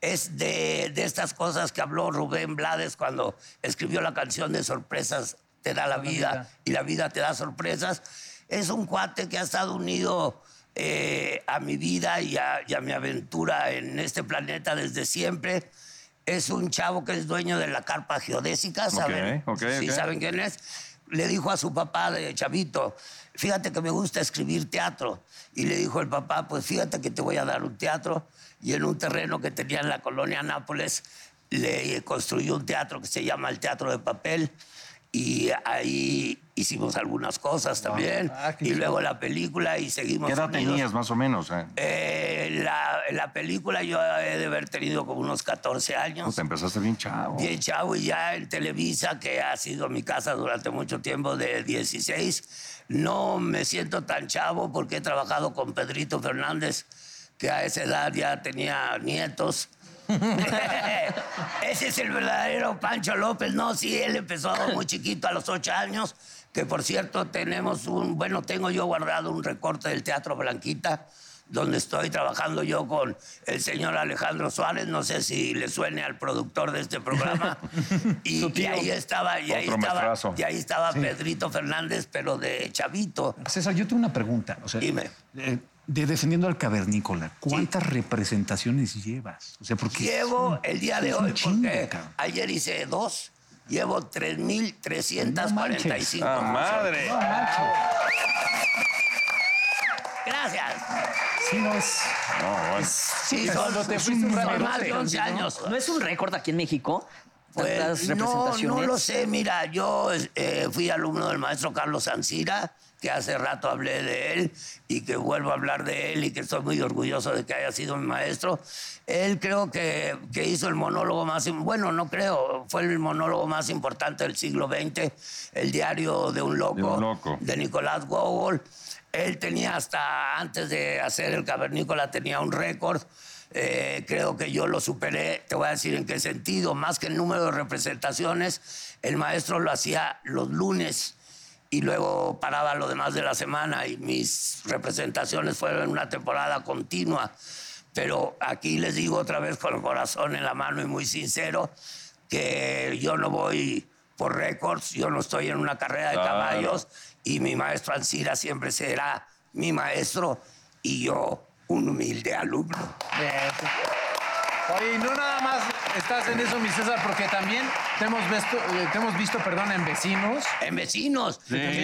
es de, de estas cosas que habló Rubén Blades cuando escribió la canción de Sorpresas te da la vida y la vida te da sorpresas. Es un cuate que ha estado unido eh, a mi vida y a- y a mi aventura en este planeta desde siempre. Es un chavo que es dueño de la carpa geodésica, ¿saben? ok, Sí, ok. ¿saben quién es? Le dijo a su papá de chavito, fíjate que me gusta escribir teatro. Y le dijo el papá, pues fíjate que te voy a dar un teatro. Y en un terreno que tenía en la colonia Nápoles, le construyó un teatro que se llama el Teatro de Papel. Y ahí hicimos algunas cosas también. Ah, qué y luego la película y seguimos. ¿Qué edad unidos. tenías más o menos? eh? Eh, la, la película yo he de haber tenido como unos 14 años. Puta, empezaste bien chavo. Bien, chavo, y ya en Televisa, que ha sido mi casa durante mucho tiempo, de 16, no me siento tan chavo porque he trabajado con Pedrito Fernández, que a esa edad ya tenía nietos. Ese es el verdadero Pancho López. No, sí, él empezó muy chiquito, a los ocho años, que por cierto tenemos un, bueno, tengo yo guardado un recorte del Teatro Blanquita, donde estoy trabajando yo con el señor Alejandro Suárez, no sé si le suene al productor de este programa. y, y ahí estaba, y ahí Otro estaba, maestrazo. y ahí estaba Pedrito Fernández, pero de chavito. César, yo tengo una pregunta. O sea, Dime. eh, de defendiendo al cavernícola, ¿cuántas representaciones llevas? O sea, porque Llevo el día de es un hoy, chingo, porque cabrón. ayer hice dos llevo 3.345. ¡Ah, madre! No manches. Gracias. Sí, no es. No, bueno. Sí, son, Cuando te son fuiste un rato más de antes, 11 ¿no? años. ¿No es un récord aquí en México? Tantas Pues, no, representaciones. no lo sé. Mira, yo eh, fui alumno del maestro Carlos Ancira, que hace rato hablé de él y que vuelvo a hablar de él y que estoy muy orgulloso de que haya sido mi maestro. Él creo que, que hizo el monólogo más, im- bueno, no creo, fue el monólogo más importante del siglo XX, el diario de un loco, De un loco. de Nicolás Gogol. Él tenía hasta antes de hacer el cavernícola, tenía un récord. Eh, creo que yo lo superé. Te voy a decir en qué sentido. Más que el número de representaciones, el maestro lo hacía los lunes y luego paraba lo demás de la semana y mis representaciones fueron una temporada continua. Pero aquí les digo otra vez con el corazón en la mano y muy sincero que yo no voy por récords, yo no estoy en una carrera de Claro. caballos y mi maestro Ancira siempre será mi maestro y yo un humilde alumno. Oye, y no nada más estás en eso, mi César, porque también te hemos visto, eh, te hemos visto perdón, en vecinos. En ¡Eh, vecinos. Sí, Es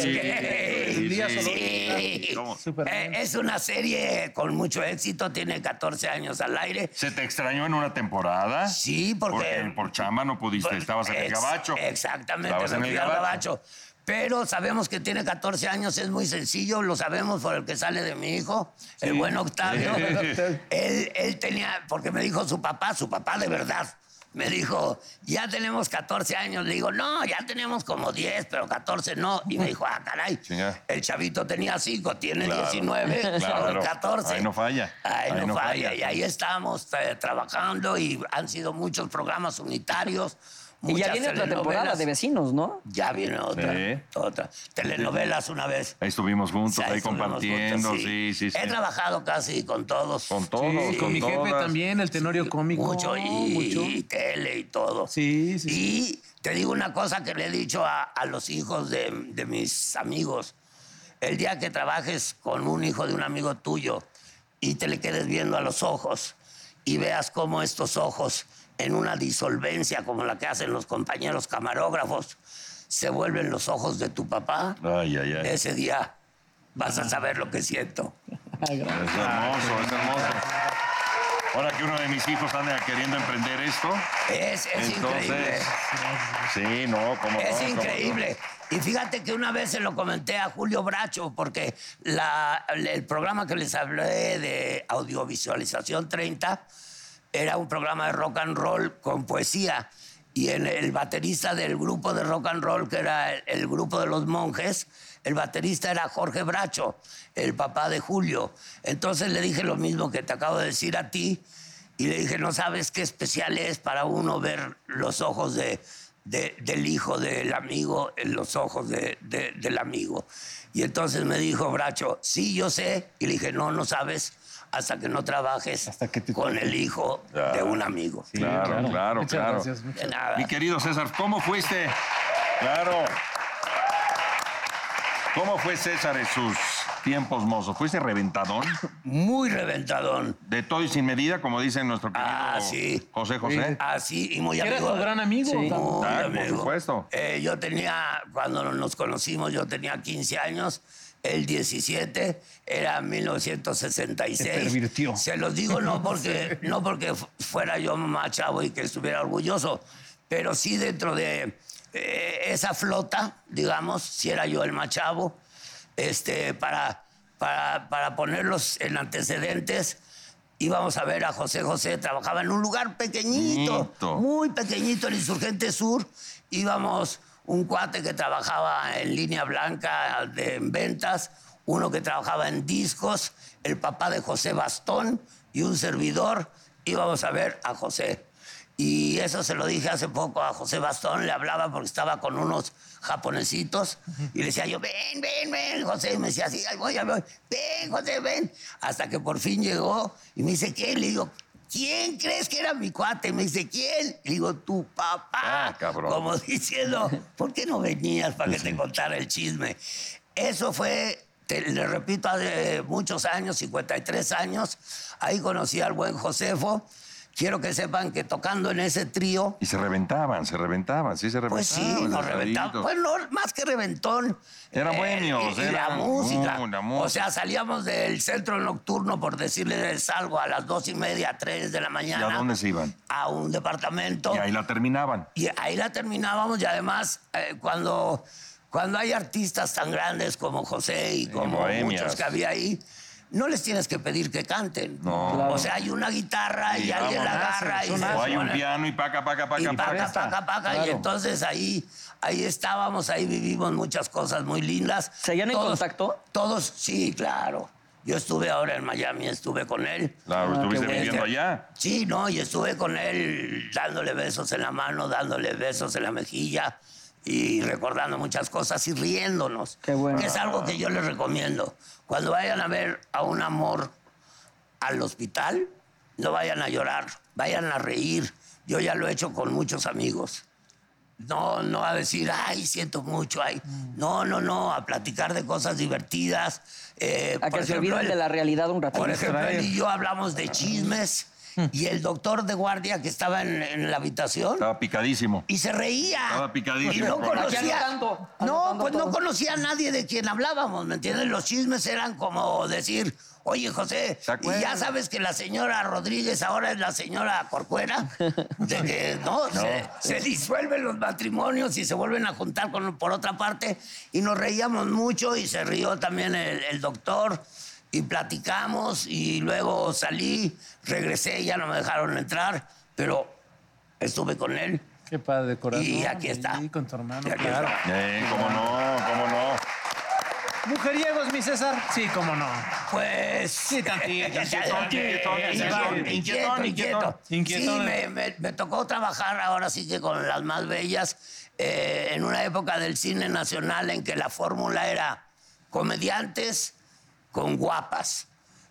sí, que- sí, Día sí. solo- Sí. ¿Cómo? Eh, Es una serie con mucho éxito, tiene 14 años al aire. ¿Se te extrañó en una temporada? Sí, porque- Por, por chamba no pudiste, estabas en el Ex- gabacho. Exactamente, Estabas me en el fui al gabacho. gabacho. Pero sabemos que tiene 14 años, es muy sencillo, lo sabemos por el que sale de mi hijo, el buen Octavio. él, él tenía, porque me dijo su papá, su papá de verdad, me dijo, ya tenemos 14 años. Le digo, no, ya tenemos como 10, pero 14 no. Y me dijo, ah, caray, Chinga. el chavito tenía 5, tiene Claro, 19, claro. sobre 14. Ahí no falla, Ahí, no, falla. Y falla. ahí estamos eh, trabajando y han sido muchos programas unitarios. Y ya muchas viene otra temporada telenovelas. de vecinos, ¿no? Ya viene otra. Sí. Otra. Telenovelas una vez. Ahí estuvimos juntos, O sea, ahí estuvimos compartiendo, juntos, sí, sí, sí. He trabajado casi con todos. Con todos, con Sí, con mi jefe todas. también, el tenorio cómico. Mucho y, mucho. y tele y todo. Sí, sí, sí. Y te digo una cosa que le he dicho a, a los hijos de, de mis amigos. El día que trabajes con un hijo de un amigo tuyo y te le quedes viendo a los ojos y veas cómo estos ojos, en una disolvencia como la que hacen los compañeros camarógrafos, se vuelven los ojos de tu papá, Ay, ay, Eh. ay. ese día vas Ah. a saber lo que siento. Es hermoso, es hermoso. Ahora que uno de mis hijos anda queriendo emprender esto, Es, es increíble. entonces. Sí, no, como. Es increíble. Y fíjate que una vez se lo comenté a Julio Bracho, porque la- el programa que les hablé de Audiovisualización 30 era un programa de rock and roll con poesía. Y en el baterista del grupo de rock and roll, que era el, el grupo de los monjes, el baterista era Jorge Bracho, el papá de Julio. Entonces le dije lo mismo que te acabo de decir a ti. Y le dije, no sabes qué especial es para uno ver los ojos de, de- del hijo del amigo en los ojos de- de- del amigo. Y entonces me dijo Bracho, sí, yo sé. Y le dije, no, no sabes hasta que no trabajes Hasta que te- con el hijo Ah. de un amigo. Claro, claro, claro. Muchas gracias. De nada. Mi querido César, ¿cómo este? fuiste? Claro. ¿Cómo fue César en sus tiempos mozos? ¿Fuiste reventadón? Muy reventadón. De todo y sin medida, como dice nuestro querido Ah, sí. José José. Así y muy Eras amigo. tu gran amigo. Sí. Muy Ah, por amigo. supuesto. Eh, yo tenía, cuando nos conocimos, yo tenía 15 años, él 17, era 1966. Se pervirtió. Se los digo no porque, no porque fu- fuera yo más chavo y que estuviera orgulloso, pero sí dentro de eh, esa flota, digamos, si era yo el más chavo, este, para, para, para ponerlos en antecedentes. Íbamos a ver a José José, trabajaba en un lugar pequeñito, Pequeñito. muy pequeñito, el Insurgente Sur. Íbamos un cuate que trabajaba en línea blanca de, en ventas, uno que trabajaba en discos, el papá de José Bastón y un servidor. Íbamos a ver a José. Y eso se lo dije hace poco a José Bastón, le hablaba porque estaba con unos japonesitos y le decía yo, ven, ven, ven, José. Y me decía así, ahí voy, ahí voy, ven, José, ven. Hasta que por fin llegó y me dice, ¿quién? Le digo, ¿quién crees que era mi cuate? Y me dice, ¿quién? Le digo, tu papá. Ah, cabrón. Como diciendo, ¿por qué no venías para que te contara el chisme? Eso fue, te, le repito, hace muchos años, 53 años. Ahí conocí al buen Josefo Quiero que sepan que tocando en ese trío, Y se reventaban, se reventaban, sí se reventaban. pues sí, nos reventamos. reventaban. Pues no, más que reventón. Eh, Eran bohemios, y- y la eran- música. no, la música. O sea, salíamos del centro nocturno, por decirles algo, a las dos y media, tres de la mañana. dónde se iban? A un departamento. Y ahí la terminaban. Y ahí la terminábamos y además eh, cuando, cuando hay artistas tan grandes como José y como bohemias. muchos que había ahí, no les tienes que pedir que canten. No. O sea, hay una guitarra y, Sí, alguien la vámonos. agarra y, se O hay un pone- piano y paca, paca, paca, y paca, presta. paca, paca. Y Claro. entonces ahí, ahí estábamos, ahí vivimos muchas cosas muy lindas. ¿Seguían en contacto? Todos, sí, claro. Yo estuve ahora en Miami, estuve con él. Claro, estuviste Este, viviendo allá. Sí, no, y estuve con él dándole besos en la mano, dándole besos en la mejilla y recordando muchas cosas y riéndonos. Qué bueno. Que es algo que yo les recomiendo. Cuando vayan a ver a un amor al hospital, no vayan a llorar, vayan a reír. Yo ya lo he hecho con muchos amigos. No, no a decir, ay, siento mucho, ay. Mm. No, no, no, a platicar de cosas divertidas. eh, A por que se ejemplo, olviden de el- la realidad un ratito. por ejemplo, él y yo hablamos de chismes Mm. y el doctor de guardia que estaba en, en la habitación Estaba picadísimo. y se reía. Estaba picadísimo. Y no Aquí conocía. anotando, no, anotando pues no todo. conocía a nadie de quien hablábamos, ¿me entiendes? Los chismes eran como decir, oye, José, ¿Se acuerdan? y ya sabes que la señora Rodríguez ahora es la señora Corcuera. De que, no, Se, se disuelven los matrimonios y se vuelven a juntar con, por otra parte. Y nos reíamos mucho y se rió también el, el doctor. Y platicamos y luego salí, regresé, ya no me dejaron entrar, pero estuve con él. Qué padre, corazón. Y aquí está. Sí, con tu hermano, Ya que- claro. Eh, cómo no, cómo no. Mujeriegos, mi César. Sí, cómo no. Pues. Sí, tantito, Inquieto, inquietón, inquieto, inquieto. Sí, Inquietón. me, me- me tocó trabajar ahora sí que con las más bellas eh, en una época del cine nacional en que la fórmula era comediantes con guapas.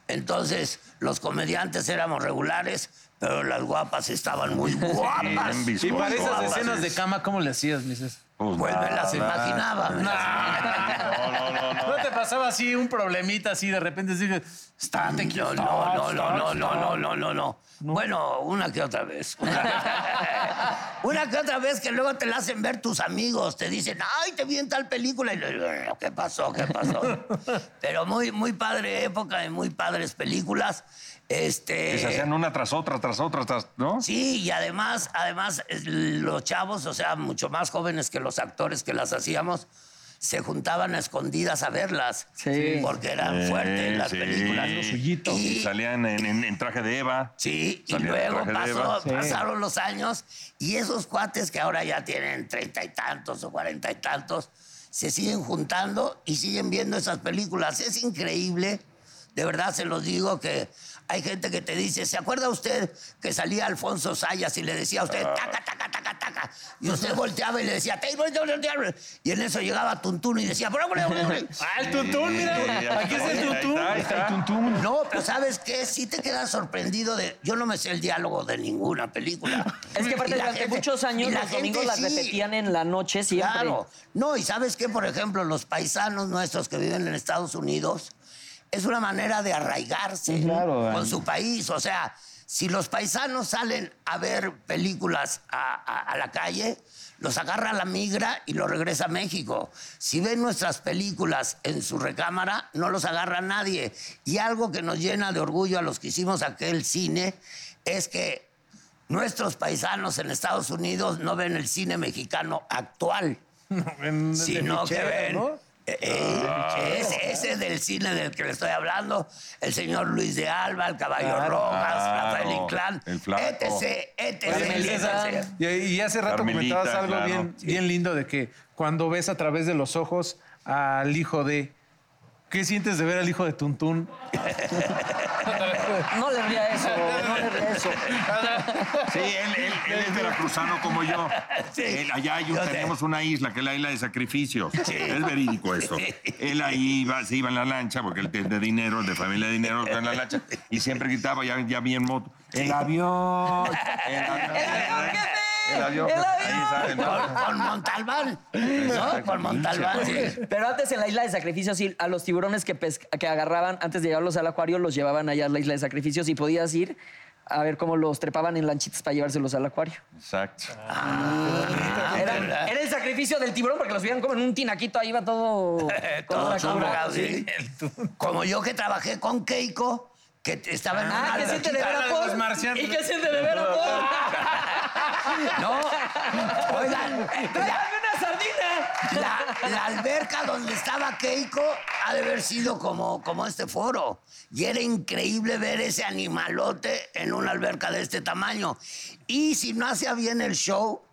Entonces, los comediantes éramos regulares, pero las guapas estaban muy guapas. Bien Y para esas viscoso, escenas de cama, ¿cómo le hacías, mi César? Pues Pues me las nada. imaginaba. me las imaginaba. No, no, no, no. ¿No te pasaba así un problemita así de repente? Así, que, estate No, quieto. no, no, no, no, no, no, no, no, no. Bueno, una que otra vez. una que otra vez que luego te la hacen ver tus amigos, te dicen, ay, te vi en tal película. Y le digo, ¿qué pasó? ¿Qué pasó? Pero muy, muy padre época y muy padres películas. Este. Que se hacían una tras otra, tras otra, tras, ¿no? Sí, y además, además es- los chavos, o sea, mucho más jóvenes que los actores que las hacíamos, se juntaban a escondidas a verlas. Sí. Porque eran Eh, fuertes las sí. películas. Lo suyito. Y- Y salían en, en- en traje de Eva. Sí, y Salían luego traje de pasó- Eva. pasaron los años y esos cuates que ahora ya tienen treinta y tantos o cuarenta y tantos, se siguen juntando y siguen viendo esas películas. Es increíble, de verdad se los digo que hay gente que te dice, ¿se acuerda usted que salía Alfonso Sayas y le decía a usted, Ah. taca, taca, taca, taca? Y usted volteaba y le decía, "Te- te- te- te-". y en eso llegaba Tuntún y decía, "Bra, bra, bra, bra". Ah, el tuntún, mira. Aquí es el tuntún. Ahí está, ahí está. No, pero ¿sabes qué? Sí te quedas sorprendido de... Yo no me sé el diálogo de ninguna película. Es que aparte Y la durante gente- muchos años y la los gente domingos las sí, repetían en la noche siempre. Claro. No, y ¿sabes qué? Por ejemplo, los paisanos nuestros que viven en Estados Unidos, es una manera de arraigarse con su país. O sea, si los paisanos salen a ver películas a, a- a la calle, los agarra la migra y los regresa a México. Si ven nuestras películas en su recámara, no los agarra nadie. Y algo que nos llena de orgullo a los que hicimos aquel cine es que nuestros paisanos en Estados Unidos no ven el cine mexicano actual, sino que ven eh, eh, Ah. ese, ese del cine del que le estoy hablando, el señor Luis de Alba, el Caballo Rojas, Claro, Rafael Inclán, Este el Flaco. etc, etc, Oye, etc. Y, y hace rato Carmelita, comentabas algo claro. bien, bien lindo de que cuando ves a través de los ojos al hijo de... ¿Qué sientes de ver al hijo de Tuntún? No le ría eso, no le ría eso. Sí, él, él- él es veracruzano como yo. Sí. Él- allá hay un- Yo sé. tenemos una isla, que es la isla de sacrificios. Es verídico eso. Él ahí iba, se iba en la lancha, porque él es de dinero, de familia de dinero, está en la lancha. Y siempre gritaba, ya, ya vi en moto, el avión. El avión, el avión. Ahí sale, ¿no? Con, con Montalbán, ¿no? Con Montalbán, sí. Pero antes en la isla de sacrificios, sí, a los tiburones que, pesca- que agarraban antes de llevarlos al acuario, los llevaban allá a la isla de sacrificios y podías ir a ver cómo los trepaban en lanchitas para llevárselos al acuario. Exacto. Ah. Era, era el sacrificio del tiburón porque los subían como en un tinaquito, ahí va todo... con una Todos son cabra. regados, ¿sí? Como yo que trabajé con Keiko, que t- estaba en una Ah, ¿qué siente de ver a lanchita. Paul? ¿Y qué siente de ver a Paul? No, oigan, ¡Tráigame una sardina! la, la alberca donde estaba Keiko ha de haber sido como, como este foro. Y era increíble ver ese animalote en una alberca de este tamaño. Y si no hacía bien el show,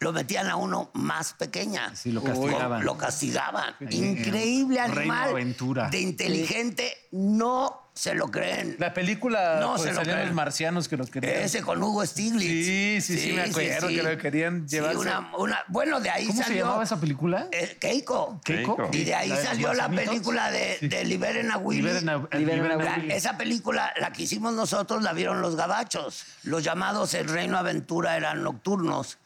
lo metían a uno más pequeña. Sí, lo castigaban. Lo, lo castigaban. Increíble Reino animal. Aventura. De inteligente, no se lo creen. La película No pues, se lo salían creo. los marcianos que los querían. Ese con Hugo Stiglitz. Sí, sí, sí, me acuerdo que lo querían Sí, llevarse. una- una- bueno, de ahí ¿Cómo se salió llamaba esa película? eh, Keiko. Keiko. Y de ahí ¿La de los salió la marcianitos? película de, de Liberen a Willy. Liberen a- La- Liberen a Willy. esa película, la que hicimos nosotros, la vieron los gabachos. Los llamados El Reino Aventura eran nocturnos.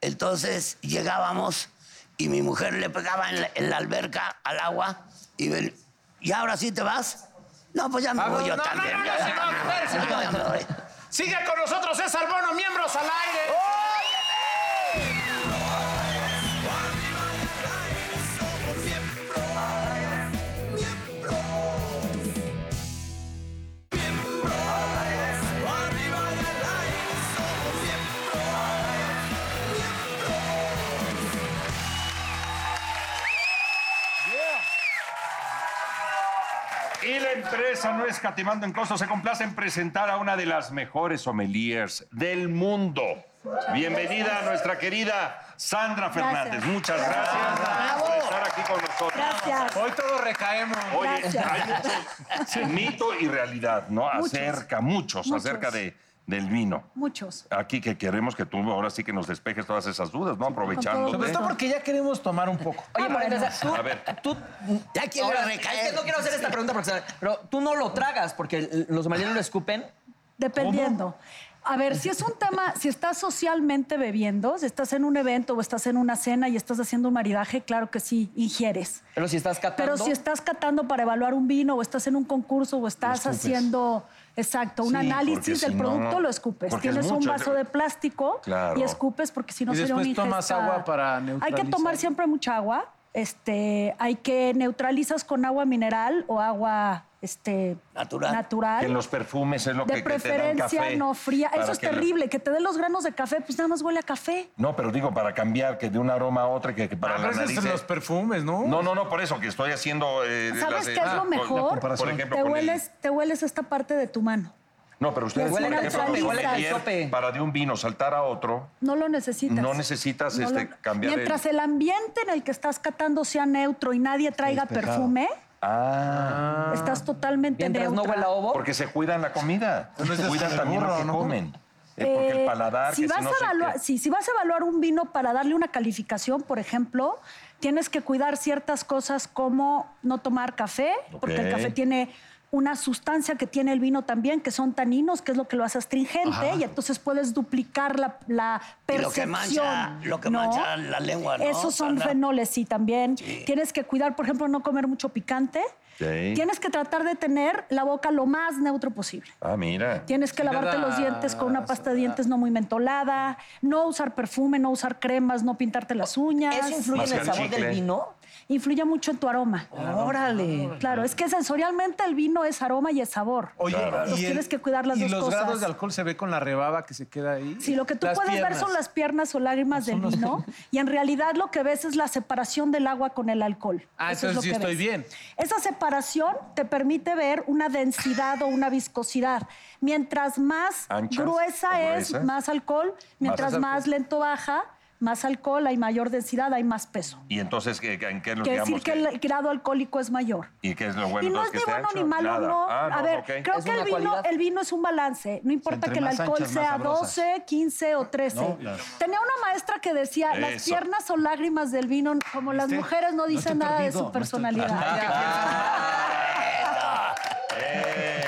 Entonces llegábamos y mi mujer le pegaba en la, en la alberca al agua y ven- ¿y ahora sí te vas? No, pues ya me voy yo Ah, no, no, también. no, no, ya se va, me voy, espérese. no, ya me voy. Sigue con nosotros César Bono, miembros al aire. Y la empresa no escatimando en costos se complace en presentar a una de las mejores sommeliers del mundo. Bienvenida a nuestra querida Sandra Fernández. Gracias. Muchas gracias por estar aquí con nosotros. Gracias. Hoy todos recaemos. Oye, Gracias. hay muchos mito y realidad, ¿no? Muchos. Acerca, muchos, Muchos. acerca de, del vino. Muchos. Aquí que queremos que tú ahora sí que nos despejes todas esas dudas, ¿no? con Sobre Aprovechándote. todo porque ya queremos tomar un poco. Oye, pero entonces, tú, A ver. tú... Ya quiero Ahora, recaer. Es que no quiero hacer esta pregunta porque... se- Pero tú no lo tragas porque los marinos lo escupen. Dependiendo. A ver, si es un tema, si estás socialmente bebiendo, si estás en un evento o estás en una cena y estás haciendo un maridaje, claro que sí, ingieres. Pero si estás catando... Pero si estás catando para evaluar un vino o estás en un concurso o estás haciendo, exacto, un Sí, porque análisis si del no- producto, lo escupes. porque es Tienes un mucho, vaso es- de plástico Claro. y escupes porque si no Y sería un después tomas agua para Hay que neutralizar. tomar siempre mucha agua. Este, hay que neutralizas con agua mineral o agua este, Natural. natural. Que en los perfumes es lo De que, que te dan preferencia café. no fría. para Eso es que le- terrible, que te den los granos de café, pues nada más huele a café. No, pero digo, para cambiar que de un aroma a otro, que, que para A la veces nariz. en los perfumes, ¿eh? ¿no? No, no, no, por eso, que estoy haciendo. eh, ¿Sabes eh, qué es ah, lo por- mejor? Por ejemplo, te, con el- hueles, te hueles esta parte de tu mano. No, pero ustedes, Te por huele al ejemplo, sope, los huele al sommelier, sope. para de un vino saltar a otro, No lo necesitas. No necesitas, este, cambiar el- Mientras el... ambiente en el que estás catando sea neutro y nadie traiga perfume, Ah. estás totalmente Mientras no neutra. huela a ovo... porque se cuidan la comida. Pues cuidan también lo que comen. Eh, porque el Eh, paladar. si que vas no a sé evaluar, qué. sí, si vas a evaluar un vino para darle una calificación, por ejemplo, tienes que cuidar ciertas cosas como no tomar café, porque el Ok. café tiene una sustancia que tiene el vino también, que son taninos, que es lo que lo hace astringente, y entonces puedes duplicar la, Y la lo que percepción. mancha- lo que ¿no? mancha la lengua, ¿no? Esos son Sandra? fenoles, sí, también. Tienes que cuidar, por ejemplo, no comer mucho picante. Sí. Tienes que tratar de tener la boca lo más neutro posible. Ah, mira. Tienes que lavarte los dientes con una pasta de dientes no muy mentolada, no usar perfume, no usar cremas, no pintarte las uñas. ¿Eso influye en el Mascar sabor chicle. del vino? Influye mucho en tu aroma. Órale. Claro, es que sensorialmente el vino es aroma y es sabor. Oye, Entonces y el- tienes que cuidar las y dos los cosas. grados de alcohol se ve con la rebaba que se queda ahí. Si lo que tú Las puedes ver piernas. son las piernas o lágrimas del vino, y en realidad lo que ves es la separación del agua con el alcohol. Ah, Eso entonces es lo sí que estoy ves. bien. Esa separación te permite ver una densidad o una viscosidad. Mientras más Anchas o gruesa es, gruesas. más alcohol. Mientras alcohol. más lento baja, más alcohol, hay mayor densidad, hay más peso. Y entonces, ¿qué- ¿en qué nos Quiere decir quedamos? que el grado alcohólico es mayor. ¿Y qué es lo bueno? Y no entonces, es ni que esté bueno ni ancho? malo, Nada. no. Ah, a ver, ok. creo Es que una el vino, cualidad. el vino es un balance. No importa Entre que el más alcohol anchas, más sea sabrosas. 12, 15 o 13. Tenía una maestra que decía, las Eso. piernas o lágrimas del vino, como las mujeres no dicen Ah. nada de su personalidad.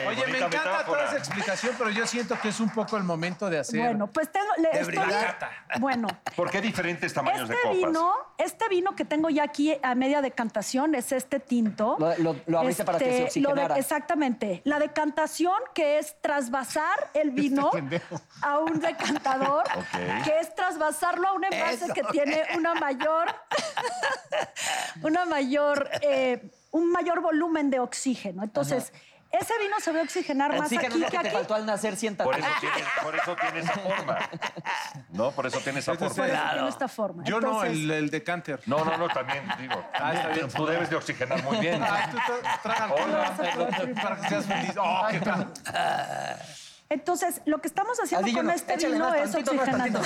Oye, me encanta toda metáfora. esa explicación, pero yo siento que es un poco el momento de hacer. Bueno, pues tengo. le- De estoy- brillata. bueno, ¿Por qué diferentes tamaños este de copas? vino, este vino que tengo ya aquí a media decantación es este tinto. Este, Lo- lo- lo abriste para que se lo de- oxigenara. exactamente. La decantación que es trasvasar el vino a un decantador, que es trasvasarlo a un envase Eso. que tiene una mayor, una mayor, eh, un mayor volumen de oxígeno. Entonces. Ese vino se va a oxigenar más Oxígeno aquí es lo que que te aquí. faltó al nacer, siéntate. Por eso, tiene, por eso tiene esa forma. No, por eso tiene esa Este es forma. Por eso Claro. tiene esta forma. Yo no, Entonces- el, el decanter. No, no, no, también digo. Ah, está también, tú debes de oxigenar muy bien. Ah, tú tra- traga alcohol para que seas feliz. Oh, qué tal. Entonces, lo que estamos haciendo Así yo con no. este Échale vino más es tantito, más oxigenando.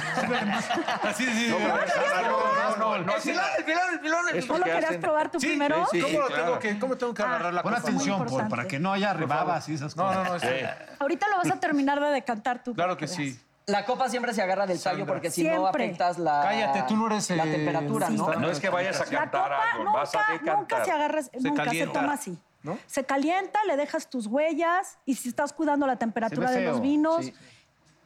Así, sí, sí. No, no, no. El pilón, el pilón, el pilón, el ¿No pilón. lo querías probar tú primero? Ah. sí, ¿Cómo, lo claro. tengo que, ¿Cómo tengo que agarrar la Pon copa? atención, Paul, para que no haya rebabas y esas No, cosas. no, no. sí. Eh, Ahorita lo vas a terminar de decantar tú. Claro que veas. sí. La copa siempre se agarra del tallo porque si no Siempre. afectas la, Cállate, tú no eres, la eh, temperatura, sí. ¿no? No es que vayas a La cantar copa algo, vas a nunca, nunca decantar. se agarra, nunca se calienta, toma así. Se calienta, le dejas tus huellas y si estás cuidando la temperatura de los feo, vinos, sí.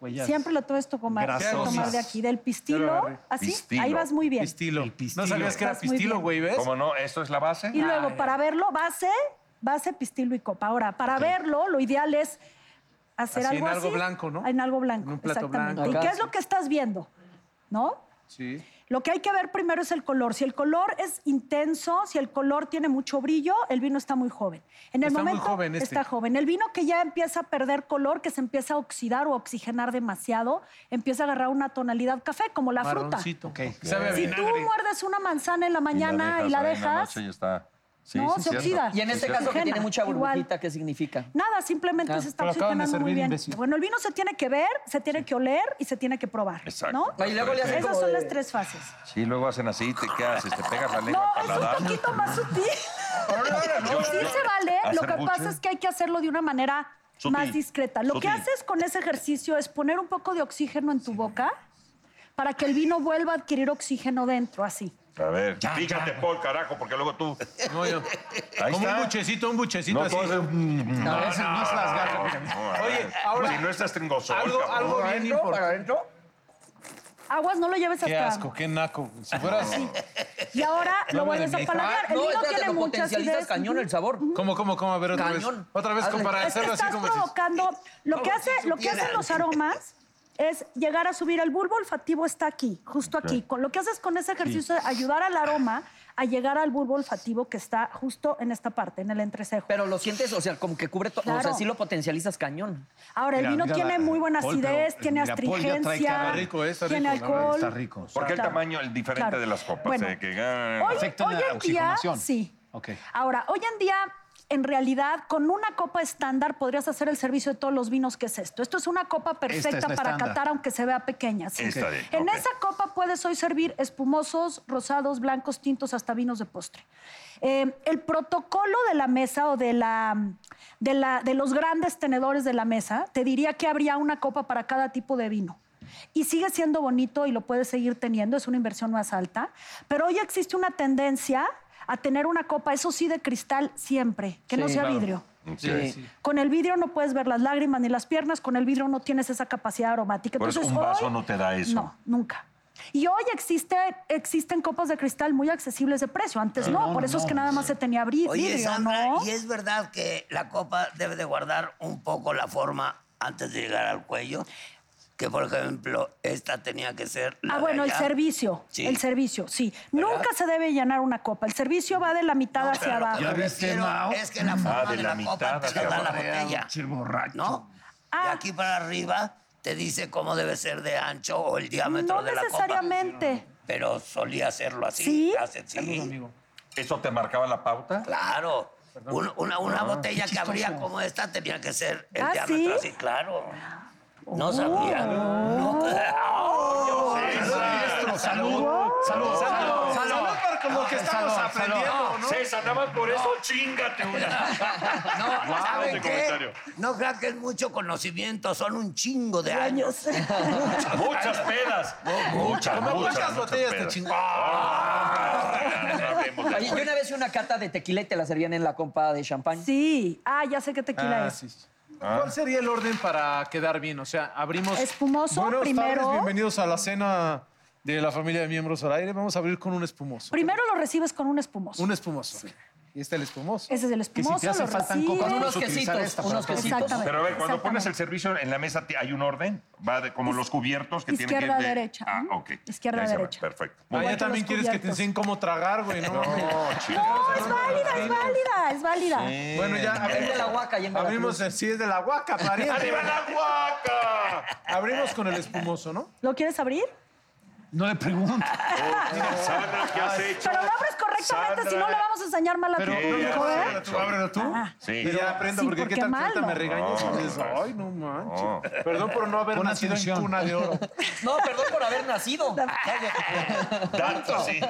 Huellas. siempre lo tienes que tomar, Grasosas. tomar de aquí, del pistilo, así, Pistilo. ahí vas muy bien. Pistilo. pistilo. No sabías que era Estás muy pistilo, bien. güey, ¿ves? ¿Cómo no? ¿Esto es la base? Y luego, para verlo, base, base, pistilo y copa. Ahora, para verlo, lo ideal es hacer Así, en algo así. algo blanco, ¿no? En algo blanco, En un plato exactamente. blanco. ¿Y qué Acá, es lo que estás viendo? ¿No? Sí. Lo que hay que ver primero es el color. Si el color es intenso, si el color tiene mucho brillo, el vino está muy joven. En el Está muy momento joven este. está joven. El vino que ya empieza a perder color, que se empieza a oxidar o oxigenar demasiado, empieza a agarrar una tonalidad café, como la Marroncito. fruta. Ok. Sabe a fruta. Si tú vinagre. muerdes una manzana en la mañana y la ahí en la dejas, noche y está- Sí, No, sí, se cierto. oxida. Y en este Sí, caso que oxigena, tiene mucha igual. burbujita, ¿qué significa? Nada, simplemente se está Pero acaban de oxigenando muy servir, bien. imbécil. Bueno, el vino se tiene que ver, se tiene que oler y se tiene que probar. Exacto. ¿no? No, y luego le hacen Esas como son de- las tres fases. Sí, luego hacen así, te, ¿qué haces? Te pegas la lengua No, al es un paladar. poquito más sutil. sí se vale. ¿eh? Lo ¿Hacer que buche? pasa es que hay que hacerlo de una manera Sutil. más discreta. Lo que Sutil. haces con ese ejercicio es poner un poco de oxígeno en tu boca para que el vino vuelva a adquirir oxígeno dentro, así. A ver, fíjate, Paul, carajo, porque luego tú. No, yo. Ahí Como un está. buchecito, un buchecito No, así. todo es un- A veces no se las garras. Oye, ahora- Si no estás tringoso. Algo, algo bien importante. Aguas, no lo lleves ¿eh? Qué hasta... asco, qué naco. Si fueras... Y ahora No lo me vuelves a dejes. palagar. El no, vino espérate, tiene lo muchas potencializas ideas. cañón Ujú. el sabor. ¿Cómo, cómo, cómo? A ver, otra vez. Cañón. Otra vez, Hazle. como para Es que hacerlo así estás como dices. provocando. Lo que, Como hace, si lo que hacen supieran. los aromas es llegar a subir el bulbo olfativo, está aquí, justo aquí. Con, lo que haces con ese ejercicio es ayudar al aroma a llegar al bulbo olfativo que está justo en esta parte, en el entrecejo. Pero lo sientes, o sea, como que cubre todo. O sea, Claro. sí lo potencializas cañón. Ahora, el Mira, vino mira tiene la- muy buena Paul, pero, acidez, eh, tiene mira, Paul ya trae que- astringencia, está rico, eh, está rico, tiene la verdad, alcohol. Está rico. Porque el Claro. tamaño, el diferente Claro. de las copas. Bueno, eh, que, ah, Hoy, Afecta hoy la en día, oxigenación. sí. Ok. Ahora, hoy en día, en realidad, con una copa estándar podrías hacer el servicio de todos los vinos que es esto. Esto es una copa perfecta Esta es la para estándar. catar, aunque se vea pequeña. sí. Esta de- En ok. esa copa puedes hoy servir espumosos, rosados, blancos, tintos, hasta vinos de postre. Eh, el protocolo de la mesa o de, la, de, la- de los grandes tenedores de la mesa, te diría que habría una copa para cada tipo de vino. Y sigue siendo bonito y lo puedes seguir teniendo, es una inversión más alta. Pero hoy existe una tendencia a tener una copa, eso sí, de cristal siempre, que no Sí, sea claro. vidrio. ok. Con el vidrio no puedes ver las lágrimas ni las piernas, con el vidrio no tienes esa capacidad aromática. Por eso Entonces, un vaso hoy- no te da eso. No, nunca. Y hoy existe, existen copas de cristal muy accesibles de precio. Antes no, por eso es que nada más se tenía bri- Oye, vidrio, Sandra, ¿no? ¿y es verdad que la copa debe de guardar un poco la forma antes de llegar al cuello? Que, por ejemplo, esta tenía que ser la Ah, de bueno, el allá. servicio. Sí. El servicio, sí. ¿Verdad? Nunca se debe llenar una copa. El servicio va de la mitad No, hacia pero lo que abajo. me ¿Ya viste, refiero Mao? Es que la forma este Ah, de de, la la, mitad copa te hacia lo da la abajo. botella, Che, borracho. ¿no? Ah. De aquí para arriba te dice cómo debe ser de ancho o el diámetro No de la copa. necesariamente. Pero solía hacerlo así. ¿Sí? hace- sí. ¿Eso te marcaba la pauta? Claro. Un- una una Ah, botella que abría como esta tenía que ser el ¿Ah, diámetro sí? así, claro. No sabía. No. Oh, yo sí Salud. Salud. Salud. Salud para con lo que estamos eh, Salud, aprendiendo, ¿no? César, nada más por eso, chingate una. No, Ah, ¿saben ese qué? comentario. No crean que es mucho conocimiento, son un chingo de años. Muchas pedas. Muchas, Como muchas, cuántas muchas botellas te pedas. chingaste. Oye, yo una vez hice una cata de tequila y te la servían en la copa de champán. Sí. Ah, ya sé qué tequila Ah, es. sí, sí. ¿Cuál sería el orden para quedar bien? O sea, abrimos. Espumoso Buenas primero. tardes, bienvenidos a la cena de la familia de miembros al aire. Vamos a abrir con un espumoso. Primero lo recibes con un espumoso. Un espumoso. Y este es el espumoso. Ese es el te espumoso, hace lo falta en recibes. copas, no Vamos Unos a utilizar quesitos, esta unos para- quesitos. Exactamente. Pero a ver, cuando pones el exactamente. servicio en la mesa, ¿te- ¿hay un orden? ¿Va de- como los cubiertos que tienen que ir Izquierda, de- derecha. Ah, Ujú. ok. Izquierda, Ahí se va, derecha. Perfecto. Ah, Igual ya que también los quieres que te cubiertos. enseñen cómo tragar, güey, ¿no? No, es válida, es válida, es válida. Bueno, ya Es de la Huaca y en abrimos. el- Sí, es de la guaca, pariente. ¡Arriba la guaca! Abrimos con el espumoso, ¿no? ¿Lo quieres abrir? No le pregunto. Sandra, ¿qué has hecho? Pero lo abres correctamente, si no le vamos a enseñar mal a tu ¿eh? Pero ¿Qué no, has no, ábrelo tú, hecho? ábrelo tú. Sí. Y ya aprendo, Ah. Sí, porque qué porque tal que ahorita malo. me regañas No, y dices, no, ay, no manches. No. Perdón por no haber Pon nacido atención. en cuna de oro. No, perdón por haber nacido. Ah, pues. Tanto, sí.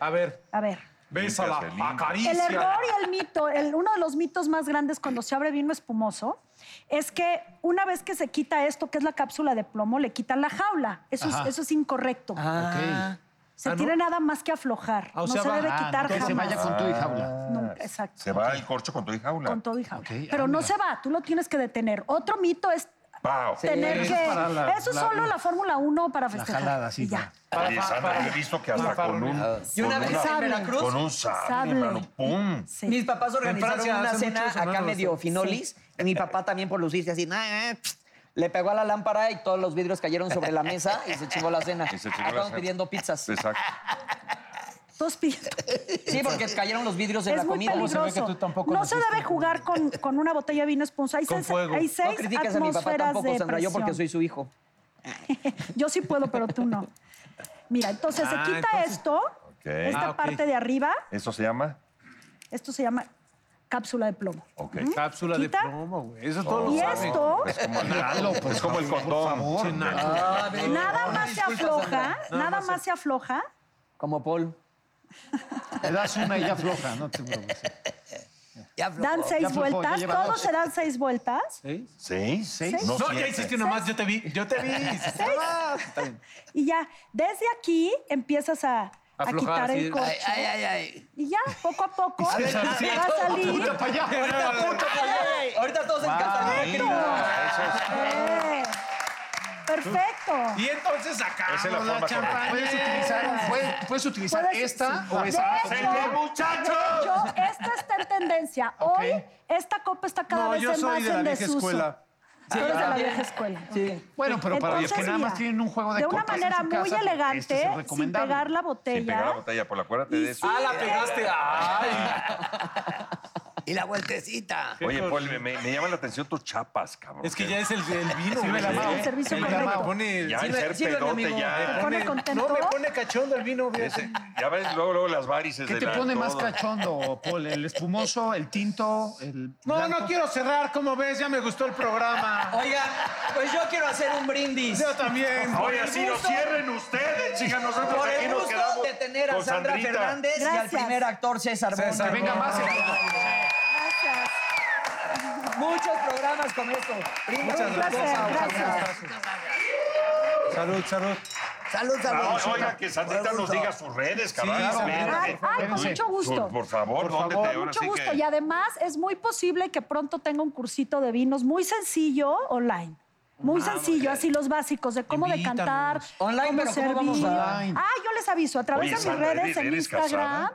A ver, A ver. bésala, Límpiase, límpiase. El acaríciala. error y el mito, el- uno de los mitos más grandes cuando se abre vino espumoso, es que una vez que se quita esto, que es la cápsula de plomo, le quitan la jaula. Eso, es, eso es incorrecto. Ah, se tiene nada más que aflojar. Ah, o no sea, se va- debe ah, quitar que jamás. se vaya con tu hija. Nunca, exacto. Se va el corcho con tu hija. Con todo y jaula. ah, Pero no se va, tú lo tienes que detener. Otro mito es ¡Pau! tener eso es que... para la- eso es la- solo la Fórmula 1 para festejar. jalada, sí, y ya. Oye, Sandra, yo he visto que hasta Para- con un, Y una con vez una- en Sable. Veracruz. con un sable, Sable. mano, ¡pum! Sí. Mis papás organizaron Francia una hace cena mucho eso, acá ¿no? medio finolis y mi papá también por lucirse así, "Nah, eh, pst", le pegó a la lámpara y todos los vidrios cayeron sobre la mesa y se chingó la cena. Ah, Y se chingó la Acabamos cena. pidiendo pizzas. Exacto. Todos pidiendo- Sí, porque cayeron los vidrios en la Es muy comida. peligroso. se ve que tú tampoco no se naciste debe jugar con, con una botella de vino esponja. Hay, Con seis, fuego. hay No seis critiques a mi papá atmósferas tampoco, de Sandra, yo porque presión. soy su hijo. Yo sí puedo, pero tú no. Mira, entonces Ah, se quita entonces- esto, Ok. esta Ah, ok. parte de arriba, ¿Eso se llama? esto se llama cápsula de plomo. Ok. Cápsula ¿Quita? de plomo, güey. Eso todo Y lo saben. esto Es como, es como el condón. Che, naco. nada más se afloja, nada más se afloja. Como Paul. Le das una y ya floja, no te preocupes. Ya aflojó. Dan seis aflojó, ya vueltas, lleva todos dos. se dan seis vueltas ¿Sí? No, No, ya siete. hiciste una más, yo te vi, yo te vi. hiciste una más. Está bien. y ya, desde aquí empiezas a, a Aflojar, quitar sí. el corcho. Ay, ay, ay, ay. Y ya, poco a poco, te va a salir. Puta para allá. Ahorita todos en casa. Eh, Perfecto. Y entonces Esa es la sacamos forma la correcta. champaña. ¿Puedes utilizar, puedes, puedes utilizar Puedes- esta sí. o esta? De hecho, de hecho, esta está en tendencia. Ok. Hoy, esta copa está cada No, vez yo en más soy de la en vieja desuso. escuela. Tú eres de la vieja escuela. Sí. Bueno, pero para los que Entonces, nada más mira, tienen un juego de De una copas en manera su casa, muy este es el elegante, sin recomendable. pegar la botella. Sin pegar la botella, por la acuérdate Y de eso. sí, Ah, la pegaste. Ay. Y la vueltecita. Oye, Paul, me, me- me llama la atención tus chapas, cabrón. Es que ya es el, el vino. güey. la mano. El servicio Sí, me la correcto. mano. Pone- Ya sí, el me- ser sí, lo pedote, amigo. ya. pone contento. No, me pone cachondo el vino. güey. Ese- ya ves, luego, luego las varices ¿Qué de te la- pone más todo. cachondo, Paul? ¿El espumoso, el tinto, el No, blanco? no quiero cerrar, como ves, ya me gustó el programa. Oiga, pues yo quiero hacer un brindis. Yo también. Oye, así lo cierren ustedes. Sigan nosotros Por aquí el nos gusto quedamos de tener a con Sandra Sandrita. Fernández y al Gracias. primer actor César Bono. César, venga más. Gracias. Muchos programas con esto. Brindis. Muchas gracias. placer, Muchas gracias. gracias. Salud, salud. Salud, salud. Ah, oiga, que Sandrita nos diga sus redes, cabrón. claro. Ay, ay, con mucho gusto. Por favor, Por ¿dónde favor, te ahora Mucho sí gusto. que- Y además es muy posible que pronto tenga un cursito de vinos muy sencillo online. Muy Ah, sencillo, así los básicos de cómo Invítanos. decantar, Online, cómo pero ¿cómo vamos servir. online? Ah, yo les aviso a través Oye, de mis Sandra, redes ¿eres- en eres Instagram. casada?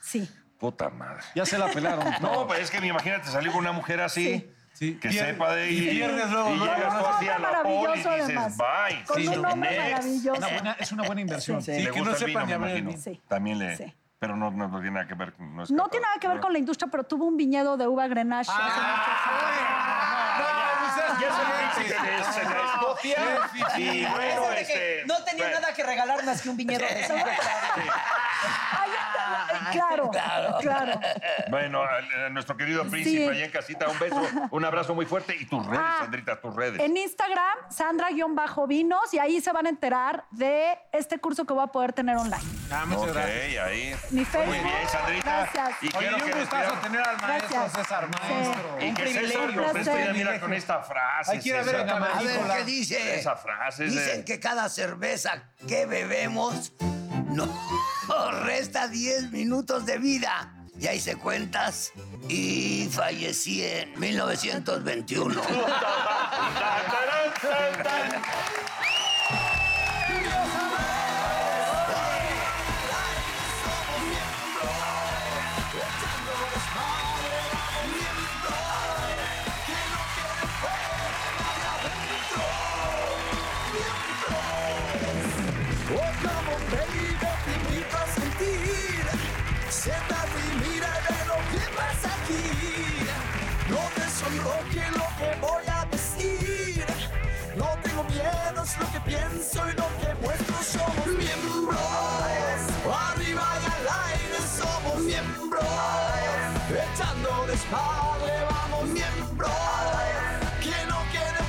Sí. Puta madre. Ya se la pelaron. No, pues es que imagínate salir con una mujer así. Sí. Que Pier- sepa de y ir. pierdes luego, Y luego, llegas luego. tú así a la poli y dices, Maravilloso, además. bye. Con see un you nombre next. maravilloso. Una buena- es una buena inversión. Sí, Le Sí, que gusta no el sepa vino, ni me hablar. imagino. del Sí. También le... Sí. Pero no, no, no tiene nada que ver. con- pues, No, es No capaz. tiene nada que ver con la industria, pero tuvo un viñedo de uva Grenache. hace Ah. Ya se vino. la- se la escocia. Y bueno, Eso de que este... no tenía bueno. nada que regalar más que un viñedo de cinco Ay, ay, claro, claro. Bueno, a, a nuestro querido príncipe allá en casita, un beso, un abrazo muy fuerte y tus redes, Ah, Sandrita, tus redes. En Instagram, Sandra-vinos, y ahí se van a enterar de este curso que voy a poder tener online. Ah, muchas ok, gracias. ahí. Mi Muy Facebook. bien, Sandrita. Gracias. Y Oye, quiero y que un les gustazo pidamos- tener al maestro Gracias. César Maestro. Y que César privilegio, nos despida, placer. mira, con esta frase. Hay que ir a ver César. el camarón. A ver, Nicolás. ¿qué dice? Esa frase es de- Dicen que cada cerveza que bebemos nos resta 10 minutos de vida. ya hice cuentas y fallecí en 1921. Oh, come on, baby, te invito a sentir. Siéntate y mira de lo que pasa aquí. No te sonroje lo que voy a decir. No tengo miedo, es lo que pienso y lo que muestro. Somos miembros. Arriba y al aire somos miembros. Echando desmadre, vamos miembros. Que no quede